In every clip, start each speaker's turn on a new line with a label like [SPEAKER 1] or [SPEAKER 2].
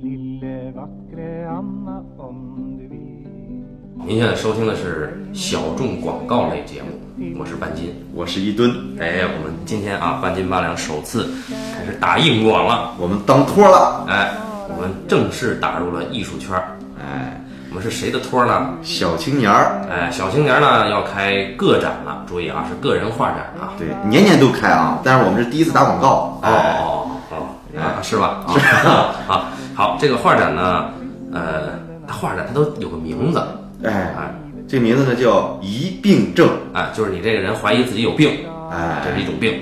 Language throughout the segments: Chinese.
[SPEAKER 1] Lille vakre Anna om du vill
[SPEAKER 2] 您现在收听的是小众广告类节目，我是半斤。
[SPEAKER 3] 我是一吨，
[SPEAKER 2] 哎，我们今天啊，半斤八两首次开始打硬广了，
[SPEAKER 3] 我们当托了。
[SPEAKER 2] 哎，我们正式打入了艺术圈儿。
[SPEAKER 3] 哎，
[SPEAKER 2] 我们是谁的托儿呢？
[SPEAKER 3] 小青年儿，
[SPEAKER 2] 哎，小青年呢要开个展了，注意啊，是个人画展啊。
[SPEAKER 3] 对，年年都开啊，但是我们是第一次打广告。哎，
[SPEAKER 2] 哦哦哦，啊，是吧？啊，好，好，这个画展呢，呃，它画展它都有个名字，
[SPEAKER 3] 哎，这名字呢叫疑病症。
[SPEAKER 2] 哎，就是你这个人怀疑自己有病，这是
[SPEAKER 3] 哎，
[SPEAKER 2] 一种病，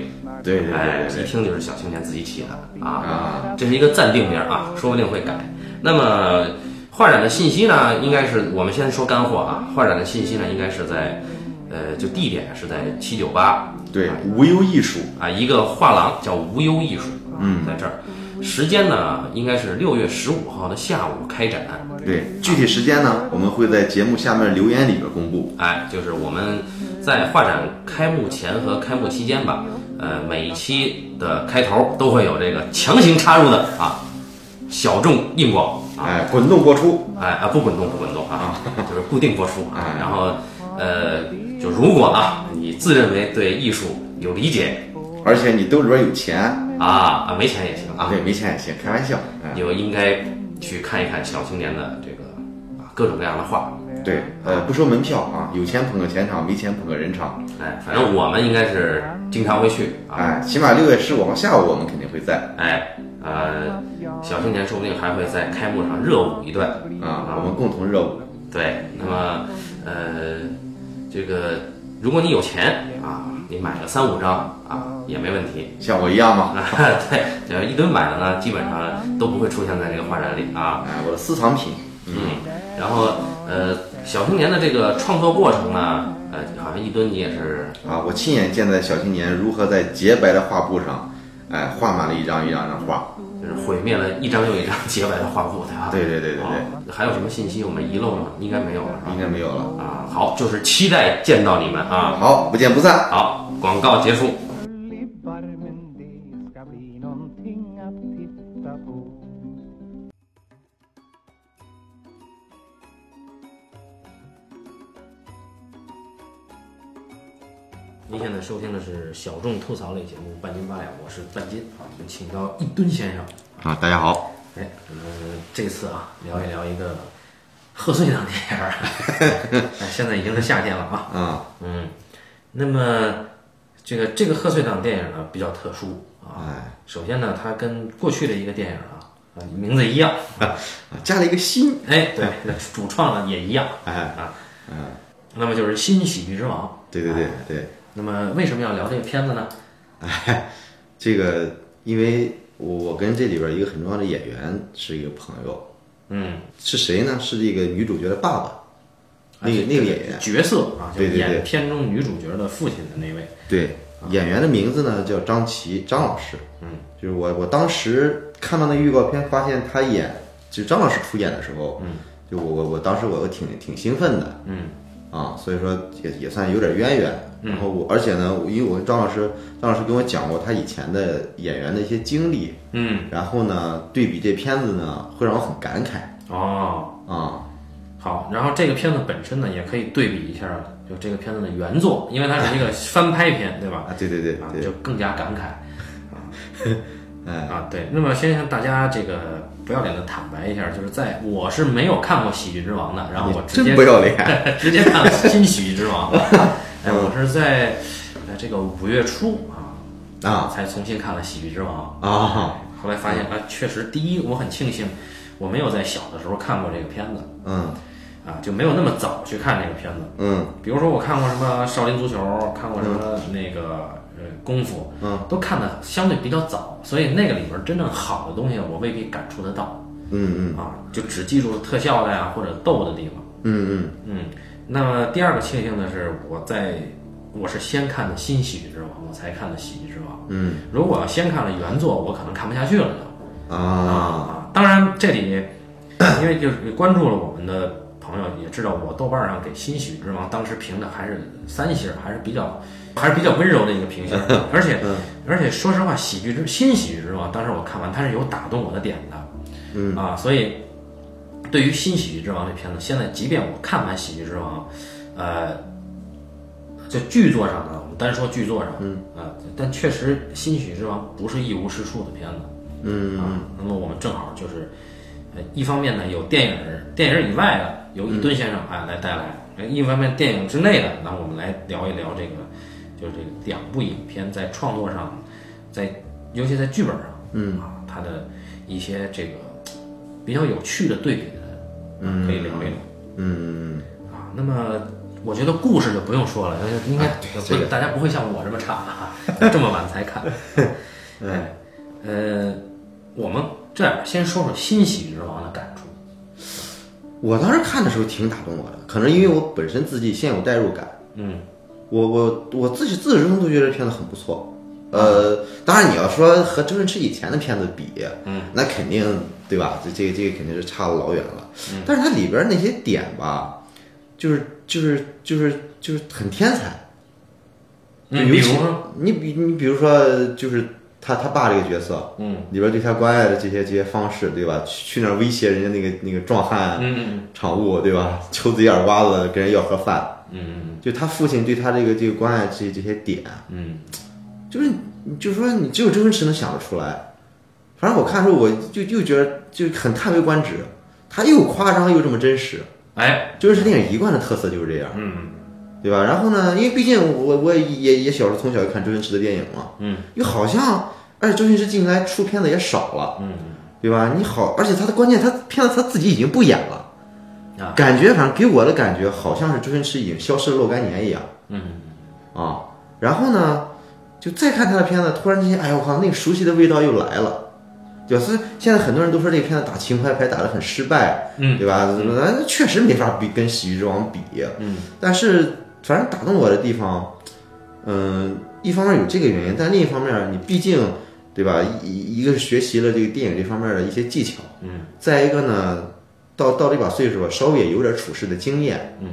[SPEAKER 3] 对对
[SPEAKER 2] 哎
[SPEAKER 3] 对，对
[SPEAKER 2] 一
[SPEAKER 3] 对，
[SPEAKER 2] 听就是小青年自己起的啊
[SPEAKER 3] 啊。
[SPEAKER 2] 这是一个暂定名啊，说不定会改。那么画展的信息呢，应该是我们先说干货啊。画展的信息呢，应该是在，呃，就地点是在七九八
[SPEAKER 3] 对无忧艺术。
[SPEAKER 2] 啊，一个画廊叫无忧艺术，
[SPEAKER 3] 嗯，
[SPEAKER 2] 在这儿。时间呢，应该是六月十五号的下午开展。
[SPEAKER 3] 对，具体时间呢，我们会在节目下面留言里边公布。
[SPEAKER 2] 哎，就是我们在画展开幕前和开幕期间吧，呃，每一期的开头都会有这个强行插入的啊，小众硬广啊，
[SPEAKER 3] 哎，滚动播出。
[SPEAKER 2] 哎啊，不滚动不滚动啊，就是固定播出啊
[SPEAKER 3] 哎。
[SPEAKER 2] 然后呃，就如果啊，你自认为对艺术有理解
[SPEAKER 3] 而且你兜里边有钱，
[SPEAKER 2] 啊啊，没钱也行啊，
[SPEAKER 3] 对，没钱也行，开玩笑。哎
[SPEAKER 2] 你就应该去看一看小青年的这个啊各种各样的画。
[SPEAKER 3] 对，呃，不收门票啊，有钱捧个钱场，没钱捧个人场。
[SPEAKER 2] 哎，反正我们应该是经常会去啊。
[SPEAKER 3] 哎，起码六月十五号下午我们肯定会在
[SPEAKER 2] 哎，呃，小青年说不定还会在开幕上热舞一段。
[SPEAKER 3] 啊，我们共同热舞。
[SPEAKER 2] 对，那么，呃，这个如果你有钱啊，你买个三五张啊也没问题。
[SPEAKER 3] 像我一样吗？
[SPEAKER 2] 啊，对，只要一吨买的呢，基本上都不会出现在这个画展里啊。
[SPEAKER 3] 哎，我的私藏品。
[SPEAKER 2] 嗯，然后呃，小青年的这个创作过程呢，呃，好像一吨你也是
[SPEAKER 3] 啊，我亲眼见在小青年如何在洁白的画布上，哎，画满了一张一张张画。
[SPEAKER 2] 就是毁灭了一张又一张洁白的画布，对吧？
[SPEAKER 3] 对对对对对，
[SPEAKER 2] 哦还有什么信息我们遗漏了？应该没有了，是吧
[SPEAKER 3] 应该没有了。
[SPEAKER 2] 啊，好，就是期待见到你们啊！
[SPEAKER 3] 好，不见不散。
[SPEAKER 2] 好，广告结束。
[SPEAKER 1] Öl i barmen det ska bli någonting att titta på
[SPEAKER 2] Hello，您现在收听的是小众吐槽类节目《半斤八两》，我是半斤，啊，我们请到一吨先生。
[SPEAKER 3] 啊，大家好。
[SPEAKER 2] 哎，我们这次啊，聊一聊一个贺岁档电影儿。 哎现在已经是夏天了啊，
[SPEAKER 3] 啊，
[SPEAKER 2] 嗯，那么这个这个贺岁档电影呢比较特殊啊。
[SPEAKER 3] 哎，
[SPEAKER 2] 首先呢，它跟过去的一个电影啊，啊名字一样，
[SPEAKER 3] 加了一个新。
[SPEAKER 2] 哎，对，那 主创呢也一样。啊
[SPEAKER 3] 哎，
[SPEAKER 2] 那么就是新喜剧之王。啊
[SPEAKER 3] 对对对对，
[SPEAKER 2] 那么为什么要聊这个片子呢？
[SPEAKER 3] 这个因为我我跟这里边一个很重要的演员是一个朋友，
[SPEAKER 2] 嗯，
[SPEAKER 3] 是谁呢？是这个女主角的爸爸，
[SPEAKER 2] 啊
[SPEAKER 3] 那个那个演员。
[SPEAKER 2] 角色啊，就是
[SPEAKER 3] 对对对
[SPEAKER 2] 演片中女主角的父亲的那位。
[SPEAKER 3] 对，演员的名字呢叫张琪，张老师。
[SPEAKER 2] 嗯，
[SPEAKER 3] 就是我我当时看到那预告片，发现他演就张老师出演的时候，
[SPEAKER 2] 嗯，
[SPEAKER 3] 就我我我当时我我挺挺兴奋的
[SPEAKER 2] 嗯
[SPEAKER 3] 啊，所以说也也算有点渊源。然后我而且呢，我因为我跟张老师，张老师跟我讲过他以前的演员的一些经历，
[SPEAKER 2] 嗯，
[SPEAKER 3] 然后呢对比这片子呢，会让我很感慨
[SPEAKER 2] 哦，
[SPEAKER 3] 啊。
[SPEAKER 2] 好。然后这个片子本身呢，也可以对比一下，就这个片子的原作，因为它 是一个翻拍片，对吧？
[SPEAKER 3] 啊，对对对
[SPEAKER 2] 啊，
[SPEAKER 3] 对，
[SPEAKER 2] 就更加感慨
[SPEAKER 3] 哎，
[SPEAKER 2] 啊。对，那么先向大家这个不要脸的坦白一下，就是在我是没有看过《喜剧之王》的，然后我
[SPEAKER 3] 你
[SPEAKER 2] 直接
[SPEAKER 3] 真不要 脸。
[SPEAKER 2] 直接看了新喜剧之 王。哎，我是在呃这个五月初啊
[SPEAKER 3] 啊
[SPEAKER 2] 才重新看了喜剧之王。
[SPEAKER 3] 啊，
[SPEAKER 2] 后来发现啊，确实，第一，我很庆幸我没有在小的时候看过这个片子
[SPEAKER 3] 嗯
[SPEAKER 2] 啊，就没有那么早去看这个片子。
[SPEAKER 3] 嗯
[SPEAKER 2] 比如说，我看过什么《少林足球》，看过什么那个呃功夫，
[SPEAKER 3] 嗯，
[SPEAKER 2] 都看的相对比较早，所以那个里边真正好的东西我未必感触得到
[SPEAKER 3] 嗯嗯
[SPEAKER 2] 啊，就只记住特效的呀或者逗的地方。
[SPEAKER 3] 嗯嗯。
[SPEAKER 2] 嗯，那么第二个庆幸的是，我在我是先看的新喜剧之王，我才看的喜剧之王。
[SPEAKER 3] 嗯
[SPEAKER 2] 如果要先看了原作，我可能看不下去了就
[SPEAKER 3] 啊，
[SPEAKER 2] 啊。当然这里，因为就是关注了我们的朋友也知道，我豆瓣上给《新喜剧之王》当时评的还是三星，还是比较还是比较温柔的一个评星。而且而且说实话，《喜剧之新喜剧之王》当时我看完，它是有打动我的点的，
[SPEAKER 3] 嗯
[SPEAKER 2] 啊，所以对于《新喜剧之王》这片子，现在即便我看完《喜剧之王》，呃，就剧作上呢，我们单说剧作上，嗯啊，但确实《新喜剧之王》不是一无是处的片子，
[SPEAKER 3] 嗯
[SPEAKER 2] 啊，那么我们正好就是，呃，一方面呢有电影儿电影儿以外的由一吨先生啊来带来，呃一方面电影之内的，那我们来聊一聊这个，就是这个两部影片在创作上，在尤其在剧本上，嗯啊，它的一些这个比较有趣的对比的，嗯，可以聊一聊
[SPEAKER 3] 嗯，
[SPEAKER 2] 啊。那么我觉得故事就不用说了，就是应该不、
[SPEAKER 3] 这个
[SPEAKER 2] 大家不会像我这么差啊， 这么晚才 看。哎，呃，我们这样先说说《新喜剧之王》的感触。
[SPEAKER 3] 我当时看的时候挺打动我的，可能因为我本身自己先有代入感，
[SPEAKER 2] 嗯
[SPEAKER 3] 我我我自己自始至终都觉得这片子很不错。呃，当然你要说和周星驰以前的片子比，
[SPEAKER 2] 嗯，
[SPEAKER 3] 那肯定对吧？这这个这个肯定是差了老远了。
[SPEAKER 2] 嗯
[SPEAKER 3] 但是它里边儿那些点吧，就是就是就是就是很天才。就
[SPEAKER 2] 嗯，
[SPEAKER 3] 尤
[SPEAKER 2] 比如
[SPEAKER 3] 其
[SPEAKER 2] 说，
[SPEAKER 3] 你比你比如说就是他他爸这个角色，
[SPEAKER 2] 嗯
[SPEAKER 3] 里边对他关爱的这些这些方式，对吧？去去那儿威胁人家那个那个壮汉
[SPEAKER 2] 嗯
[SPEAKER 3] 场务，对吧？ 抽自己耳刮子，跟人要盒饭，
[SPEAKER 2] 嗯嗯
[SPEAKER 3] 就他父亲对他这个这个关爱这这些点，啊
[SPEAKER 2] 嗯
[SPEAKER 3] 就是你就是说你只有周星驰能想得出来。反正我看的时候，我就就觉得就很叹为观止，他又夸张又这么真实，
[SPEAKER 2] 哎，
[SPEAKER 3] 周星驰电影一贯的特色就是这样，
[SPEAKER 2] 嗯
[SPEAKER 3] 对吧？然后呢，因为毕竟我我也也小时候从小就看周星驰的电影嘛，
[SPEAKER 2] 嗯
[SPEAKER 3] 又好像而且周星驰近来出片子也少了。
[SPEAKER 2] 嗯，
[SPEAKER 3] 对吧？你好，而且他的关键，他片子他自己已经不演了，
[SPEAKER 2] 啊
[SPEAKER 3] 感觉反正给我的感觉好像是周星驰已经消失了若干年一样，
[SPEAKER 2] 嗯
[SPEAKER 3] 啊，然后呢，就再看他的片子，突然之间，哎呀，我靠，那个熟悉的味道又来了。就是现在很多人都说这个片子打情怀牌打得很失败，
[SPEAKER 2] 嗯
[SPEAKER 3] 对吧？咱确实没法比跟《喜剧之王》比，
[SPEAKER 2] 嗯，
[SPEAKER 3] 但是反正打动我的地方，嗯、一方面有这个原因，但另一方面你毕竟对吧，一一个是学习了这个电影这方面的一些技巧，
[SPEAKER 2] 嗯，
[SPEAKER 3] 再一个呢，到到这把岁数吧，稍微也有点处事的经验，
[SPEAKER 2] 嗯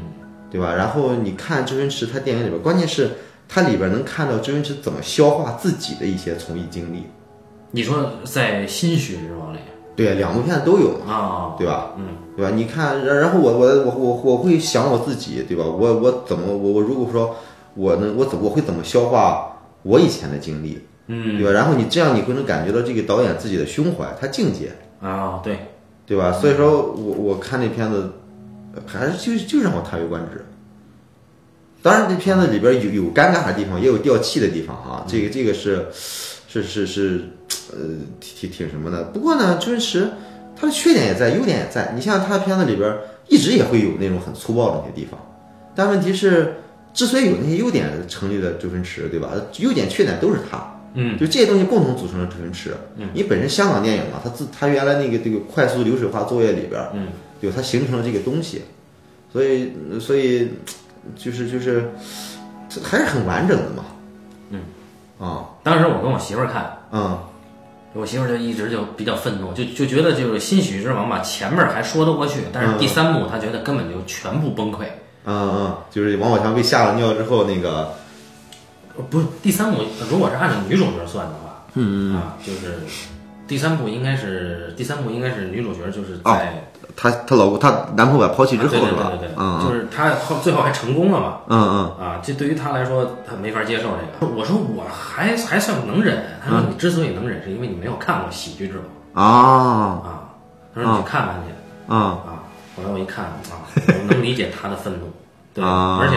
[SPEAKER 3] 对吧？然后你看周星驰他电影里边，关键是他里边能看到周星驰怎么消化自己的一些从艺经历。
[SPEAKER 2] 你说在《新喜剧之王》里
[SPEAKER 3] 对，两部片子都有嘛，
[SPEAKER 2] 啊，
[SPEAKER 3] 对吧？
[SPEAKER 2] 嗯
[SPEAKER 3] 对吧？你看，然然后我我我我我会想我自己，对吧？我我怎么我我如果说我能我怎我会怎么消化我以前的经历，对
[SPEAKER 2] 嗯
[SPEAKER 3] 吧？然后你这样你会能感觉到这个导演自己的胸怀，他境界，
[SPEAKER 2] 啊，对，
[SPEAKER 3] 对吧？所以说我我看这片子，呃还是就就让我叹为观止。当然，这片子里边有有尴尬的地方，也有掉漆的地方哈、这个这个是是是是，呃，挺挺挺什么的。不过呢，周星驰他的缺点也在，优点也在。你像他的片子里边一直也会有那种很粗暴的那些地方，但问题是，之所以有那些优点成立的周星驰，对吧？优点缺点都是他。
[SPEAKER 2] 嗯
[SPEAKER 3] 就这些东西共同组成了周星驰。
[SPEAKER 2] 嗯
[SPEAKER 3] 因为本身香港电影嘛，它自它原来那个这个快速流水化作业里边，
[SPEAKER 2] 嗯，
[SPEAKER 3] 对吧，它形成了这个东西，所以所以就是就是这还是很完整的嘛。
[SPEAKER 2] 嗯，
[SPEAKER 3] 啊
[SPEAKER 2] 当时我跟我媳妇儿看，
[SPEAKER 3] 嗯
[SPEAKER 2] 我媳妇儿就一直就比较愤怒，就就觉得就是《新喜剧之王》吧，前面还说得过去，但是第三幕她觉得根本就全部崩溃。
[SPEAKER 3] 嗯嗯，就是王宝强被吓了尿之后那个，
[SPEAKER 2] 呃不是第三部，如果是按照女主角算的话，嗯啊，就是第三部应该是第三部应该是女主角就是在、
[SPEAKER 3] 她她老公她男朋友把她抛弃之
[SPEAKER 2] 啊
[SPEAKER 3] 哦
[SPEAKER 2] 对
[SPEAKER 3] 后
[SPEAKER 2] 对
[SPEAKER 3] 是吧
[SPEAKER 2] 对对对，？
[SPEAKER 3] 嗯
[SPEAKER 2] 就
[SPEAKER 3] 嗯
[SPEAKER 2] 是她后最后还成功了嘛，
[SPEAKER 3] 嗯嗯
[SPEAKER 2] 啊，这对于她来说她没法接受这个。我说我还还算能忍，她说
[SPEAKER 3] 嗯
[SPEAKER 2] 你之所以能忍，是因为你没有看过《喜剧之王
[SPEAKER 3] 啊》
[SPEAKER 2] 啊，她说你去看看去。
[SPEAKER 3] 嗯
[SPEAKER 2] 啊，后来我一看啊，我能理解他的愤怒，对，
[SPEAKER 3] 啊
[SPEAKER 2] 而且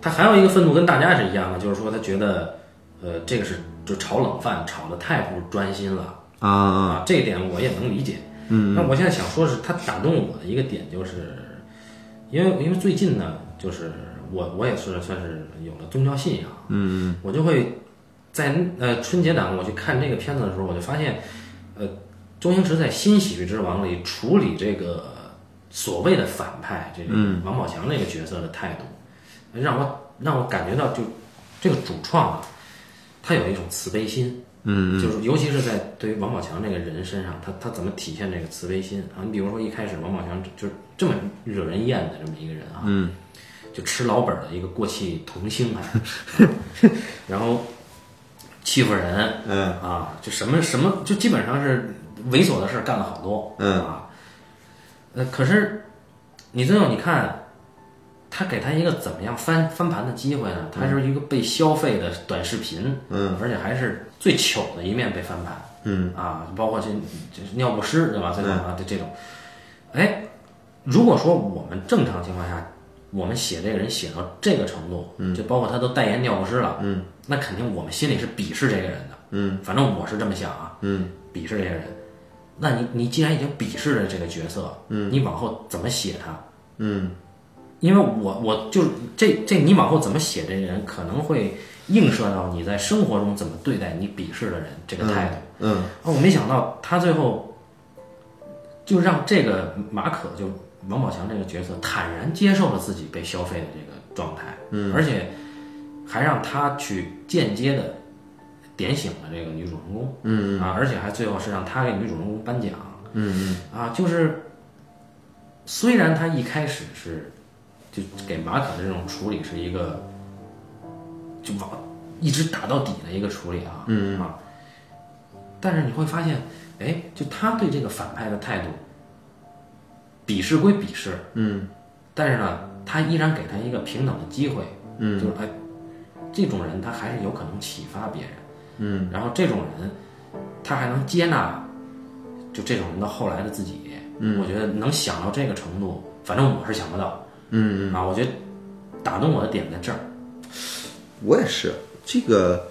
[SPEAKER 2] 他还有一个愤怒跟大家是一样的，就是说他觉得，呃，这个是就炒冷饭炒的太不专心了
[SPEAKER 3] 啊啊
[SPEAKER 2] 啊，这一点我也能理解。
[SPEAKER 3] 嗯，
[SPEAKER 2] 那我现在想说是他打动我的一个点，就是因为因为最近呢，就是我我也是算是有了宗教信仰，
[SPEAKER 3] 嗯
[SPEAKER 2] 我就会在呃春节档我去看这个片子的时候，我就发现，呃，周星驰在《新喜剧之王》里处理这个所谓的反派，这个
[SPEAKER 3] 嗯
[SPEAKER 2] 王宝强这个角色的态度，让我让我感觉到就这个主创啊，他有一种慈悲心，
[SPEAKER 3] 嗯
[SPEAKER 2] 就是尤其是在对于王宝强这个人身上，他他怎么体现这个慈悲心啊？你比如说一开始王宝强就就这么惹人厌的这么一个人啊，
[SPEAKER 3] 嗯，
[SPEAKER 2] 就吃老本儿的一个过气童 星还，然后欺负人
[SPEAKER 3] 嗯
[SPEAKER 2] 啊，就什么什么就基本上是猥琐的事儿干了好多，
[SPEAKER 3] 嗯
[SPEAKER 2] 啊，呃，可是你最后你看。他给他一个怎么样翻翻盘的机会呢？他是一个被消费的短视频，
[SPEAKER 3] 嗯
[SPEAKER 2] 而且还是最糗的一面被翻盘，
[SPEAKER 3] 嗯
[SPEAKER 2] 啊，包括这就是尿不湿对吧？这种啊，这这种，哎，如果说我们正常情况下，我们写这个人写到这个程度，嗯，就包括他都代言尿不湿了，
[SPEAKER 3] 嗯，
[SPEAKER 2] 那肯定我们心里是鄙视这个人的，
[SPEAKER 3] 嗯
[SPEAKER 2] 反正我是这么想啊，
[SPEAKER 3] 嗯
[SPEAKER 2] 鄙视这个人。那你你既然已经鄙视了这个角色，嗯，你往后怎么写他？
[SPEAKER 3] 嗯
[SPEAKER 2] 因为我我就是这这你往后怎么写这人，可能会映射到你在生活中怎么对待你鄙视的人这个态度。
[SPEAKER 3] 嗯
[SPEAKER 2] 啊，我没想到他最后就让这个马可就王宝强这个角色坦然接受了自己被消费的这个状态，嗯，而且还让他去间接的点醒了这个女主人公，嗯啊，而且还最后是让他给女主人公颁奖，
[SPEAKER 3] 嗯
[SPEAKER 2] 啊，就是虽然他一开始是就给马可的这种处理是一个就往一直打到底的一个处理啊，嗯啊，但是你会发现，哎，就他对这个反派的态度，鄙视归鄙视，
[SPEAKER 3] 嗯
[SPEAKER 2] 但是呢，他依然给他一个平等的机会，
[SPEAKER 3] 嗯
[SPEAKER 2] 就是哎，这种人他还是有可能启发别人，
[SPEAKER 3] 嗯
[SPEAKER 2] 然后这种人，他还能接纳，就这种人的后来的自己，嗯，我觉得能想到这个程度，反正我是想不到，
[SPEAKER 3] 嗯，
[SPEAKER 2] 啊，我觉得打动我的点在这儿，
[SPEAKER 3] 我也是这个，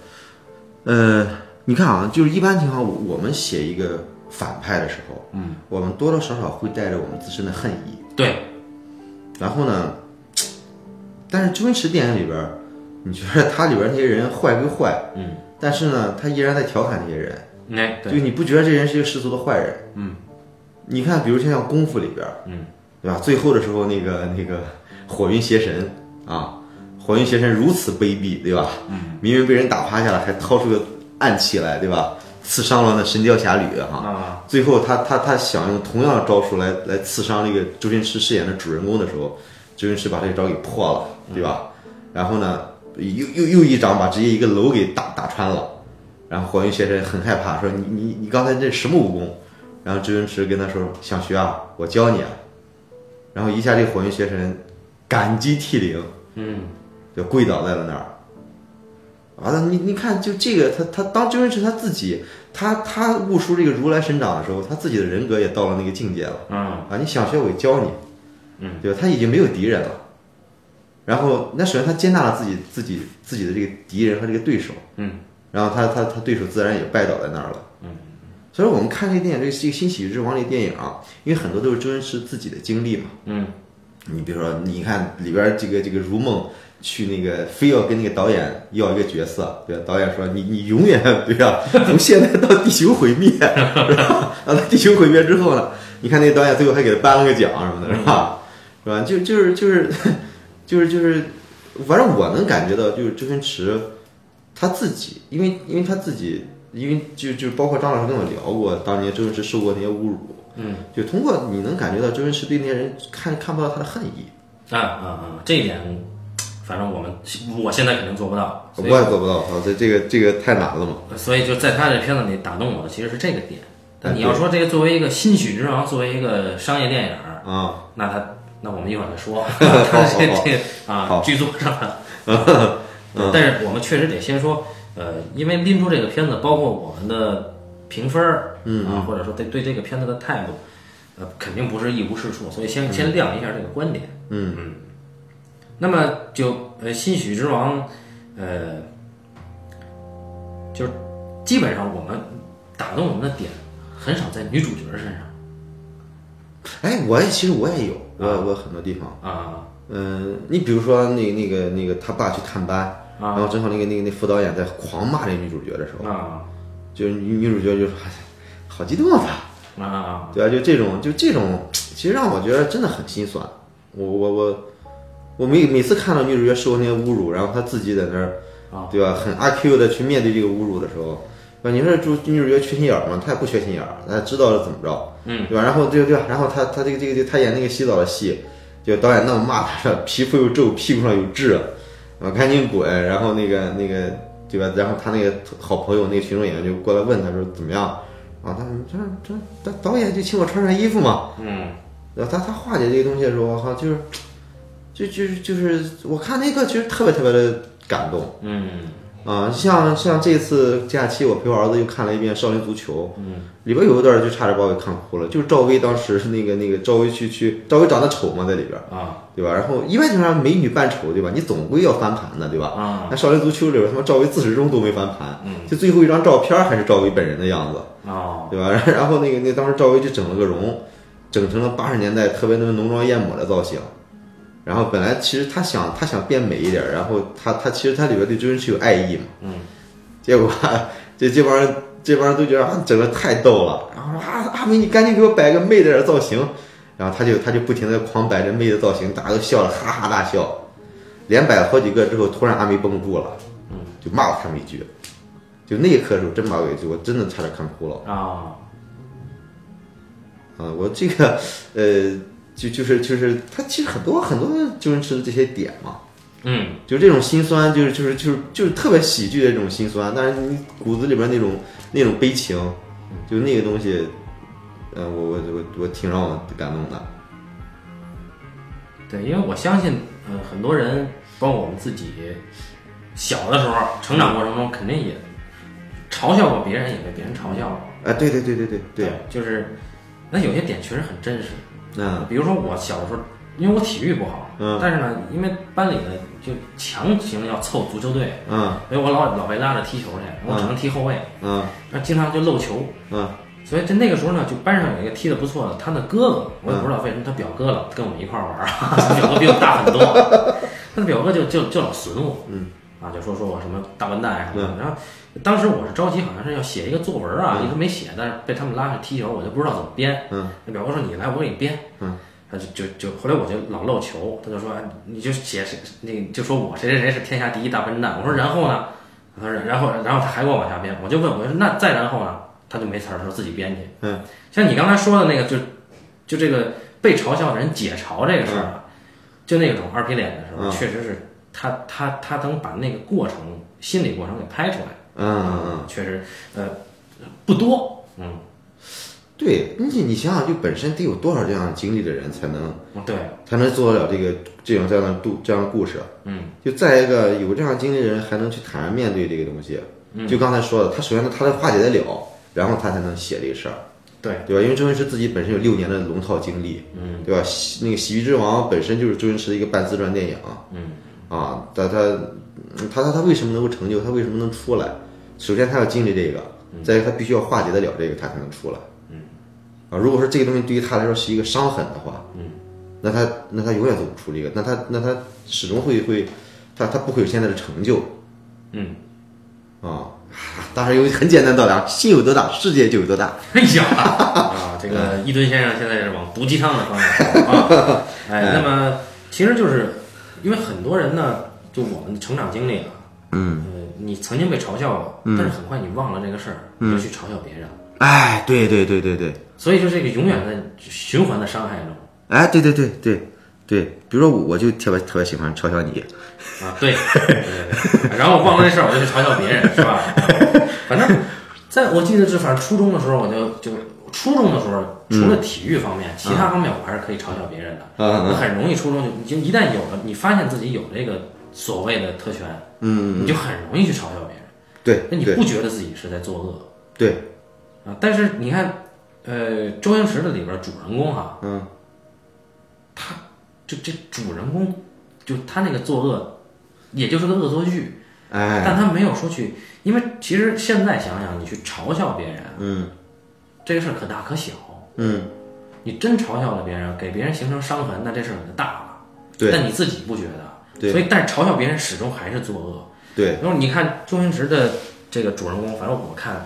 [SPEAKER 3] 呃，你看啊，就是一般情况，我们写一个反派的时候，
[SPEAKER 2] 嗯，
[SPEAKER 3] 我们多多少少会带着我们自身的恨意，
[SPEAKER 2] 对，
[SPEAKER 3] 然后呢，但是周星驰电影里边儿，你觉得他里边儿那些人坏归坏，
[SPEAKER 2] 嗯，
[SPEAKER 3] 但是呢，他依然在调侃那些人，
[SPEAKER 2] 哎，
[SPEAKER 3] 就，你不觉得这人是一个十足的坏人？
[SPEAKER 2] 嗯，
[SPEAKER 3] 你看，比如像《功夫》里边，
[SPEAKER 2] 嗯，
[SPEAKER 3] 对吧？最后的时候，那个那个火云邪神啊，火云邪神如此卑鄙，对吧？嗯，明明被人打趴下了，还掏出个暗器来，对吧？刺伤了那神雕侠侣哈、
[SPEAKER 2] 啊，
[SPEAKER 3] 最后他他他想用同样的招数来来刺伤这个周星驰饰演的主人公的时候，周星驰把这个招给破了，对吧？
[SPEAKER 2] 嗯
[SPEAKER 3] 然后呢，又又又一掌把直接一个楼给打打穿了。然后火云邪神很害怕，说你你你刚才这什么武功？然后周星驰跟他说想学啊，我教你啊。然后一下这火云邪神感激涕零，
[SPEAKER 2] 嗯，
[SPEAKER 3] 就跪倒在了那儿。完了，你你看，就这个，他他当周星驰他自己，他他悟出这个如来神掌的时候，他自己的人格也到了那个境界了
[SPEAKER 2] 嗯，
[SPEAKER 3] 啊！你想学，我教你，
[SPEAKER 2] 嗯，
[SPEAKER 3] 对吧？他已经没有敌人了。然后，那首先他接纳了自己自己自己的这个敌人和这个对手，
[SPEAKER 2] 嗯，
[SPEAKER 3] 然后他他他对手自然也拜倒在那儿了，嗯。所以我们看这个电影，这个《这个新喜剧之王》这个电影啊，因为很多都是周星驰自己的经历嘛，
[SPEAKER 2] 嗯，
[SPEAKER 3] 你比如说，你看里边儿这个这个如梦去那个非要跟那个导演要一个角色，对吧？导演说你你永远对吧？从现在到地球毁灭，是吧？然后地球毁灭之后呢，你看那个导演最后还给他颁了个奖什么的，是吧？是吧？就就是就是就是就是，反正我能感觉到，就是周星驰他自己，因为因为他自己，因为就就包括张老师跟我聊过，当年周星驰受过那些侮辱，
[SPEAKER 2] 嗯，
[SPEAKER 3] 就通过你能感觉到周星驰对那些人看看不到他的恨意，
[SPEAKER 2] 啊啊啊，这一点，反正我们我现在肯定做不到，所
[SPEAKER 3] 我
[SPEAKER 2] 以
[SPEAKER 3] 也做不到，我这这个这个太难了嘛。
[SPEAKER 2] 所以就在他这片子里打动我的其实是这个点。但
[SPEAKER 3] 哎
[SPEAKER 2] 你要
[SPEAKER 3] 对
[SPEAKER 2] 说这个作为一个新喜剧之王，作为一个商业电影儿，
[SPEAKER 3] 啊，
[SPEAKER 2] 那他那我们一会儿再 说，
[SPEAKER 3] 好好
[SPEAKER 2] 这这啊
[SPEAKER 3] 好
[SPEAKER 2] 剧作上的， 但是我们确实得先说，呃，因为拎出这个片子，包括我们的评分儿，嗯啊，或者说对对这个片子的态度，呃，肯定不是一无是处，所以先先亮一下这个观点，
[SPEAKER 3] 嗯
[SPEAKER 2] 嗯，那么就呃新喜剧之王，呃，就是基本上我们打动我们的点很少在女主角身上
[SPEAKER 3] 哎，我也其实我也有，我我很多地方，
[SPEAKER 2] 啊
[SPEAKER 3] 嗯，你比如说那那个那个他爸去探班，然后正好那个那个那副导演在狂骂这女主角的时候，
[SPEAKER 2] 啊
[SPEAKER 3] 就是女女主角就说，哎好激动啊，
[SPEAKER 2] 啊
[SPEAKER 3] 对吧？就这种就这种，其实让我觉得真的很心酸。我我我我每每次看到女主角受那些侮辱，然后她自己在那儿
[SPEAKER 2] 啊，
[SPEAKER 3] 对吧？很阿 Q 的去面对这个侮辱的时候，吧？你说朱金枝觉缺心眼儿吗？他也不缺心眼儿，他知道了怎么着，
[SPEAKER 2] 嗯，
[SPEAKER 3] 对吧？然后对对吧，然后他他这个这个这个他演那个洗澡的戏，就导演那么骂他说皮肤有皱，屁股上有痣，啊，赶紧滚！然后那个那个对吧？然后他那个好朋友那个群众演员就过来问他说怎么样？啊，他说这这这导演就请我穿上衣服嘛，
[SPEAKER 2] 嗯
[SPEAKER 3] 然后他他化解这个东西的时候，我靠，就是，就就是就是，我看那个其实特别特别的感动
[SPEAKER 2] 嗯
[SPEAKER 3] 啊、像像这次假期，我陪我儿子又看了一遍《少林足球》，
[SPEAKER 2] 嗯，
[SPEAKER 3] 里边有一段就差点把我给看哭了，就是赵薇当时那个那个赵薇去去，赵薇长得丑嘛，在里边，
[SPEAKER 2] 啊
[SPEAKER 3] 对吧？然后一般情况下美女扮丑，对吧？你总归要翻盘的，对吧？
[SPEAKER 2] 啊
[SPEAKER 3] 那《少林足球》里边，他妈赵薇自始至终都没翻盘，
[SPEAKER 2] 嗯
[SPEAKER 3] 就最后一张照片还是赵薇本人的样子。
[SPEAKER 2] 啊
[SPEAKER 3] 对吧？ 然后那个那当时赵薇就整了个容，整成了八十年代特别那个浓妆艳抹的造型。然后本来其实她想她想变美一点，然后她她其实她里边对周星驰有爱意嘛，
[SPEAKER 2] 嗯，
[SPEAKER 3] 结果这这帮人这帮人都觉得啊整的太逗了，然后说啊阿梅你赶紧给我摆个媚点的造型，然后他就他就不停的狂摆着媚的造型，大家都笑了哈哈大笑，连摆了好几个之后，突然阿梅绷不住了，
[SPEAKER 2] 嗯，
[SPEAKER 3] 就骂了他们一句，就那一刻的时候真把我给我真的差点看哭了。
[SPEAKER 2] 啊
[SPEAKER 3] 啊，我这个呃，就就是就是，他其实很多很多周星驰的这些点嘛，
[SPEAKER 2] 嗯
[SPEAKER 3] 就这种心酸，就是就是就是就是特别喜剧的这种心酸，但是你骨子里边那种那种悲情，就那个东西，呃，我我我我挺让我感动的。
[SPEAKER 2] 对，因为我相信，呃，很多人，包括我们自己，小的时候成长过程中，肯定也嘲笑过别人，也被别人嘲笑过。
[SPEAKER 3] 啊，对对对对对对，，
[SPEAKER 2] 就是那有些点确实很真实。
[SPEAKER 3] 嗯
[SPEAKER 2] 比如说我小的时候，因为我体育不好，
[SPEAKER 3] 嗯
[SPEAKER 2] 但是呢，因为班里呢就强行要凑足球队，
[SPEAKER 3] 嗯
[SPEAKER 2] 所以我老老被拉着踢球去，我只能踢后卫，
[SPEAKER 3] 嗯
[SPEAKER 2] 那、经常就漏球。
[SPEAKER 3] 嗯
[SPEAKER 2] 所以在那个时候呢，就班上有一个踢得不错的，他的哥哥，我也不知道为什么他表哥了，跟我们一块儿玩儿啊， 他表哥比我大很多，他的表哥就就就老损我，
[SPEAKER 3] 嗯，
[SPEAKER 2] 啊，就说说我什么大笨蛋呀啊什么的
[SPEAKER 3] 嗯。
[SPEAKER 2] 然后当时我是着急，好像是要写一个作文啊，一直没写，但是被他们拉去踢球，我就不知道怎么编。
[SPEAKER 3] 嗯，
[SPEAKER 2] 那表哥说你来，我给你编。
[SPEAKER 3] 嗯，
[SPEAKER 2] 他就就就后来我就老漏球，他就说哎你就写谁，那就说我谁谁谁是天下第一大笨蛋。我说然后呢？他说然后然后他还给我往下编，我就问我说那再然后呢？他就没词儿，他说自己编去。
[SPEAKER 3] 嗯，
[SPEAKER 2] 像你刚才说的那个，就就这个被嘲笑的人解嘲这个事儿啊，就那种二皮脸的时候，
[SPEAKER 3] 嗯
[SPEAKER 2] 确实是他他他能把那个过程心理过程给拍出来，
[SPEAKER 3] 嗯嗯嗯，
[SPEAKER 2] 确实呃不多，嗯，
[SPEAKER 3] 对你你想想，就本身得有多少这样的经历的人才能
[SPEAKER 2] 对，
[SPEAKER 3] 才能做得了这个这种这样的故这样的故事。
[SPEAKER 2] 嗯，
[SPEAKER 3] 就再一个有这样经历的人还能去坦然面对这个东西。
[SPEAKER 2] 嗯
[SPEAKER 3] 就刚才说的，他首先他得化解得了，然后他才能写这个事儿，
[SPEAKER 2] 对，
[SPEAKER 3] 对吧？因为周星驰自己本身有六年的龙套经历，
[SPEAKER 2] 嗯
[SPEAKER 3] 对吧？喜那个《喜剧之王》本身就是周星驰的一个半自传电影
[SPEAKER 2] 嗯
[SPEAKER 3] 啊，他他嗯他他他为什么能够成就？他为什么能出来？首先他要经历这个，再一个他必须要化解得了这个，他才能出来。嗯嗯，啊，如果说这个东西对于他来说是一个伤痕的话，
[SPEAKER 2] 嗯，
[SPEAKER 3] 那他那他永远走不出这个，那他那他始终会会，他他不会有现在的成就。
[SPEAKER 2] 嗯，
[SPEAKER 3] 啊， 当然有很简单的道理啊，心有多大，世界就有多大。
[SPEAKER 2] 哎呀啊，这个伊顿先生现在是往毒鸡汤的方向走啊，哎，那么其实就是因为很多人呢，就我们的成长经历啊，
[SPEAKER 3] 嗯，
[SPEAKER 2] 呃，你曾经被嘲笑过，但是很快你忘了这个事儿，你就去嘲笑别人，
[SPEAKER 3] 哎，对对对对对，
[SPEAKER 2] 所以就这个永远在循环的伤害中。
[SPEAKER 3] 哎，对对对对对，比如说我我就特别特别喜欢嘲笑你，
[SPEAKER 2] 啊，对，对对 对然后忘了这事儿，我就去嘲笑别人，是 吧？反正在我记得是，反正初中的时候，我就就初中的时候，除了体育方面，其他方面我还是可以嘲笑别人的。
[SPEAKER 3] 嗯嗯嗯
[SPEAKER 2] 我很容易初中就你就一旦有了，你发现自己有这个所谓的特权，
[SPEAKER 3] 嗯，
[SPEAKER 2] 你就很容易去嘲笑别人，
[SPEAKER 3] 对
[SPEAKER 2] 那你
[SPEAKER 3] 对
[SPEAKER 2] 不觉得自己是在作恶
[SPEAKER 3] 对，
[SPEAKER 2] 啊？但是你看，呃，周星驰的里边主人公哈，
[SPEAKER 3] 嗯
[SPEAKER 2] 就这主人公，就他那个作恶，也就是个恶作剧。
[SPEAKER 3] 哎，
[SPEAKER 2] 但他没有说去，因为其实现在想想，你去嘲笑别人
[SPEAKER 3] 嗯
[SPEAKER 2] 这个事儿可大可小。
[SPEAKER 3] 嗯，
[SPEAKER 2] 你真嘲笑了别人，给别人形成伤痕，那这事儿可就大了。
[SPEAKER 3] 对
[SPEAKER 2] 但你自己不觉得，
[SPEAKER 3] 对
[SPEAKER 2] 所以但是嘲笑别人始终还是作恶。
[SPEAKER 3] 对，
[SPEAKER 2] 然后你看周星驰的这个主人公，反正我看，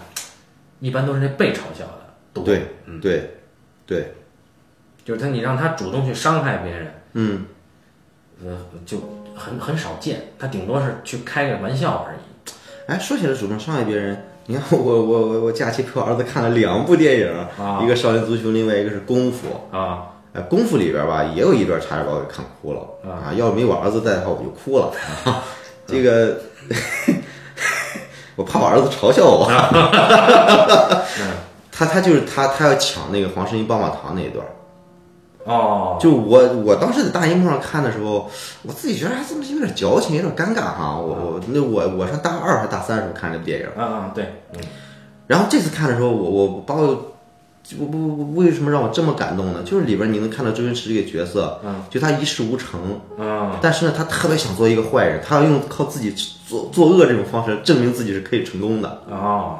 [SPEAKER 2] 一般都是那被嘲笑的多。
[SPEAKER 3] 对，
[SPEAKER 2] 嗯
[SPEAKER 3] 对对，
[SPEAKER 2] 就是他，你让他主动去伤害别人，
[SPEAKER 3] 嗯
[SPEAKER 2] 呃，就很很少见。他顶多是去开个玩笑而已。
[SPEAKER 3] 哎，说起来主动伤害别人，你看我我我我假期陪我儿子看了两部电影，
[SPEAKER 2] 啊
[SPEAKER 3] 一个《少林足球》，另外一个是《功夫》。
[SPEAKER 2] 啊
[SPEAKER 3] 呃，功夫里边吧，也有一段差点把我给看哭了
[SPEAKER 2] 啊
[SPEAKER 3] 啊！要是没我儿子在的话，我就哭了。啊、这个， 我怕我儿子嘲笑我。
[SPEAKER 2] 啊
[SPEAKER 3] 他他就是他他要抢那个黄圣依棒棒糖那一段儿，
[SPEAKER 2] 哦，
[SPEAKER 3] 就我我当时在大荧幕上看的时候，我自己觉得还这么有点矫情，有点尴尬哈。我我那我我上大二还大三的时候看这部电影，
[SPEAKER 2] 啊啊对，嗯
[SPEAKER 3] 然后这次看的时候，我我把我我我为什么让我这么感动呢？就是里边你能看到周星驰这个角色，
[SPEAKER 2] 嗯
[SPEAKER 3] 就他一事无成，
[SPEAKER 2] 嗯
[SPEAKER 3] 但是呢，他特别想做一个坏人，他要用靠自己作作恶这种方式证明自己是可以成功的，
[SPEAKER 2] 哦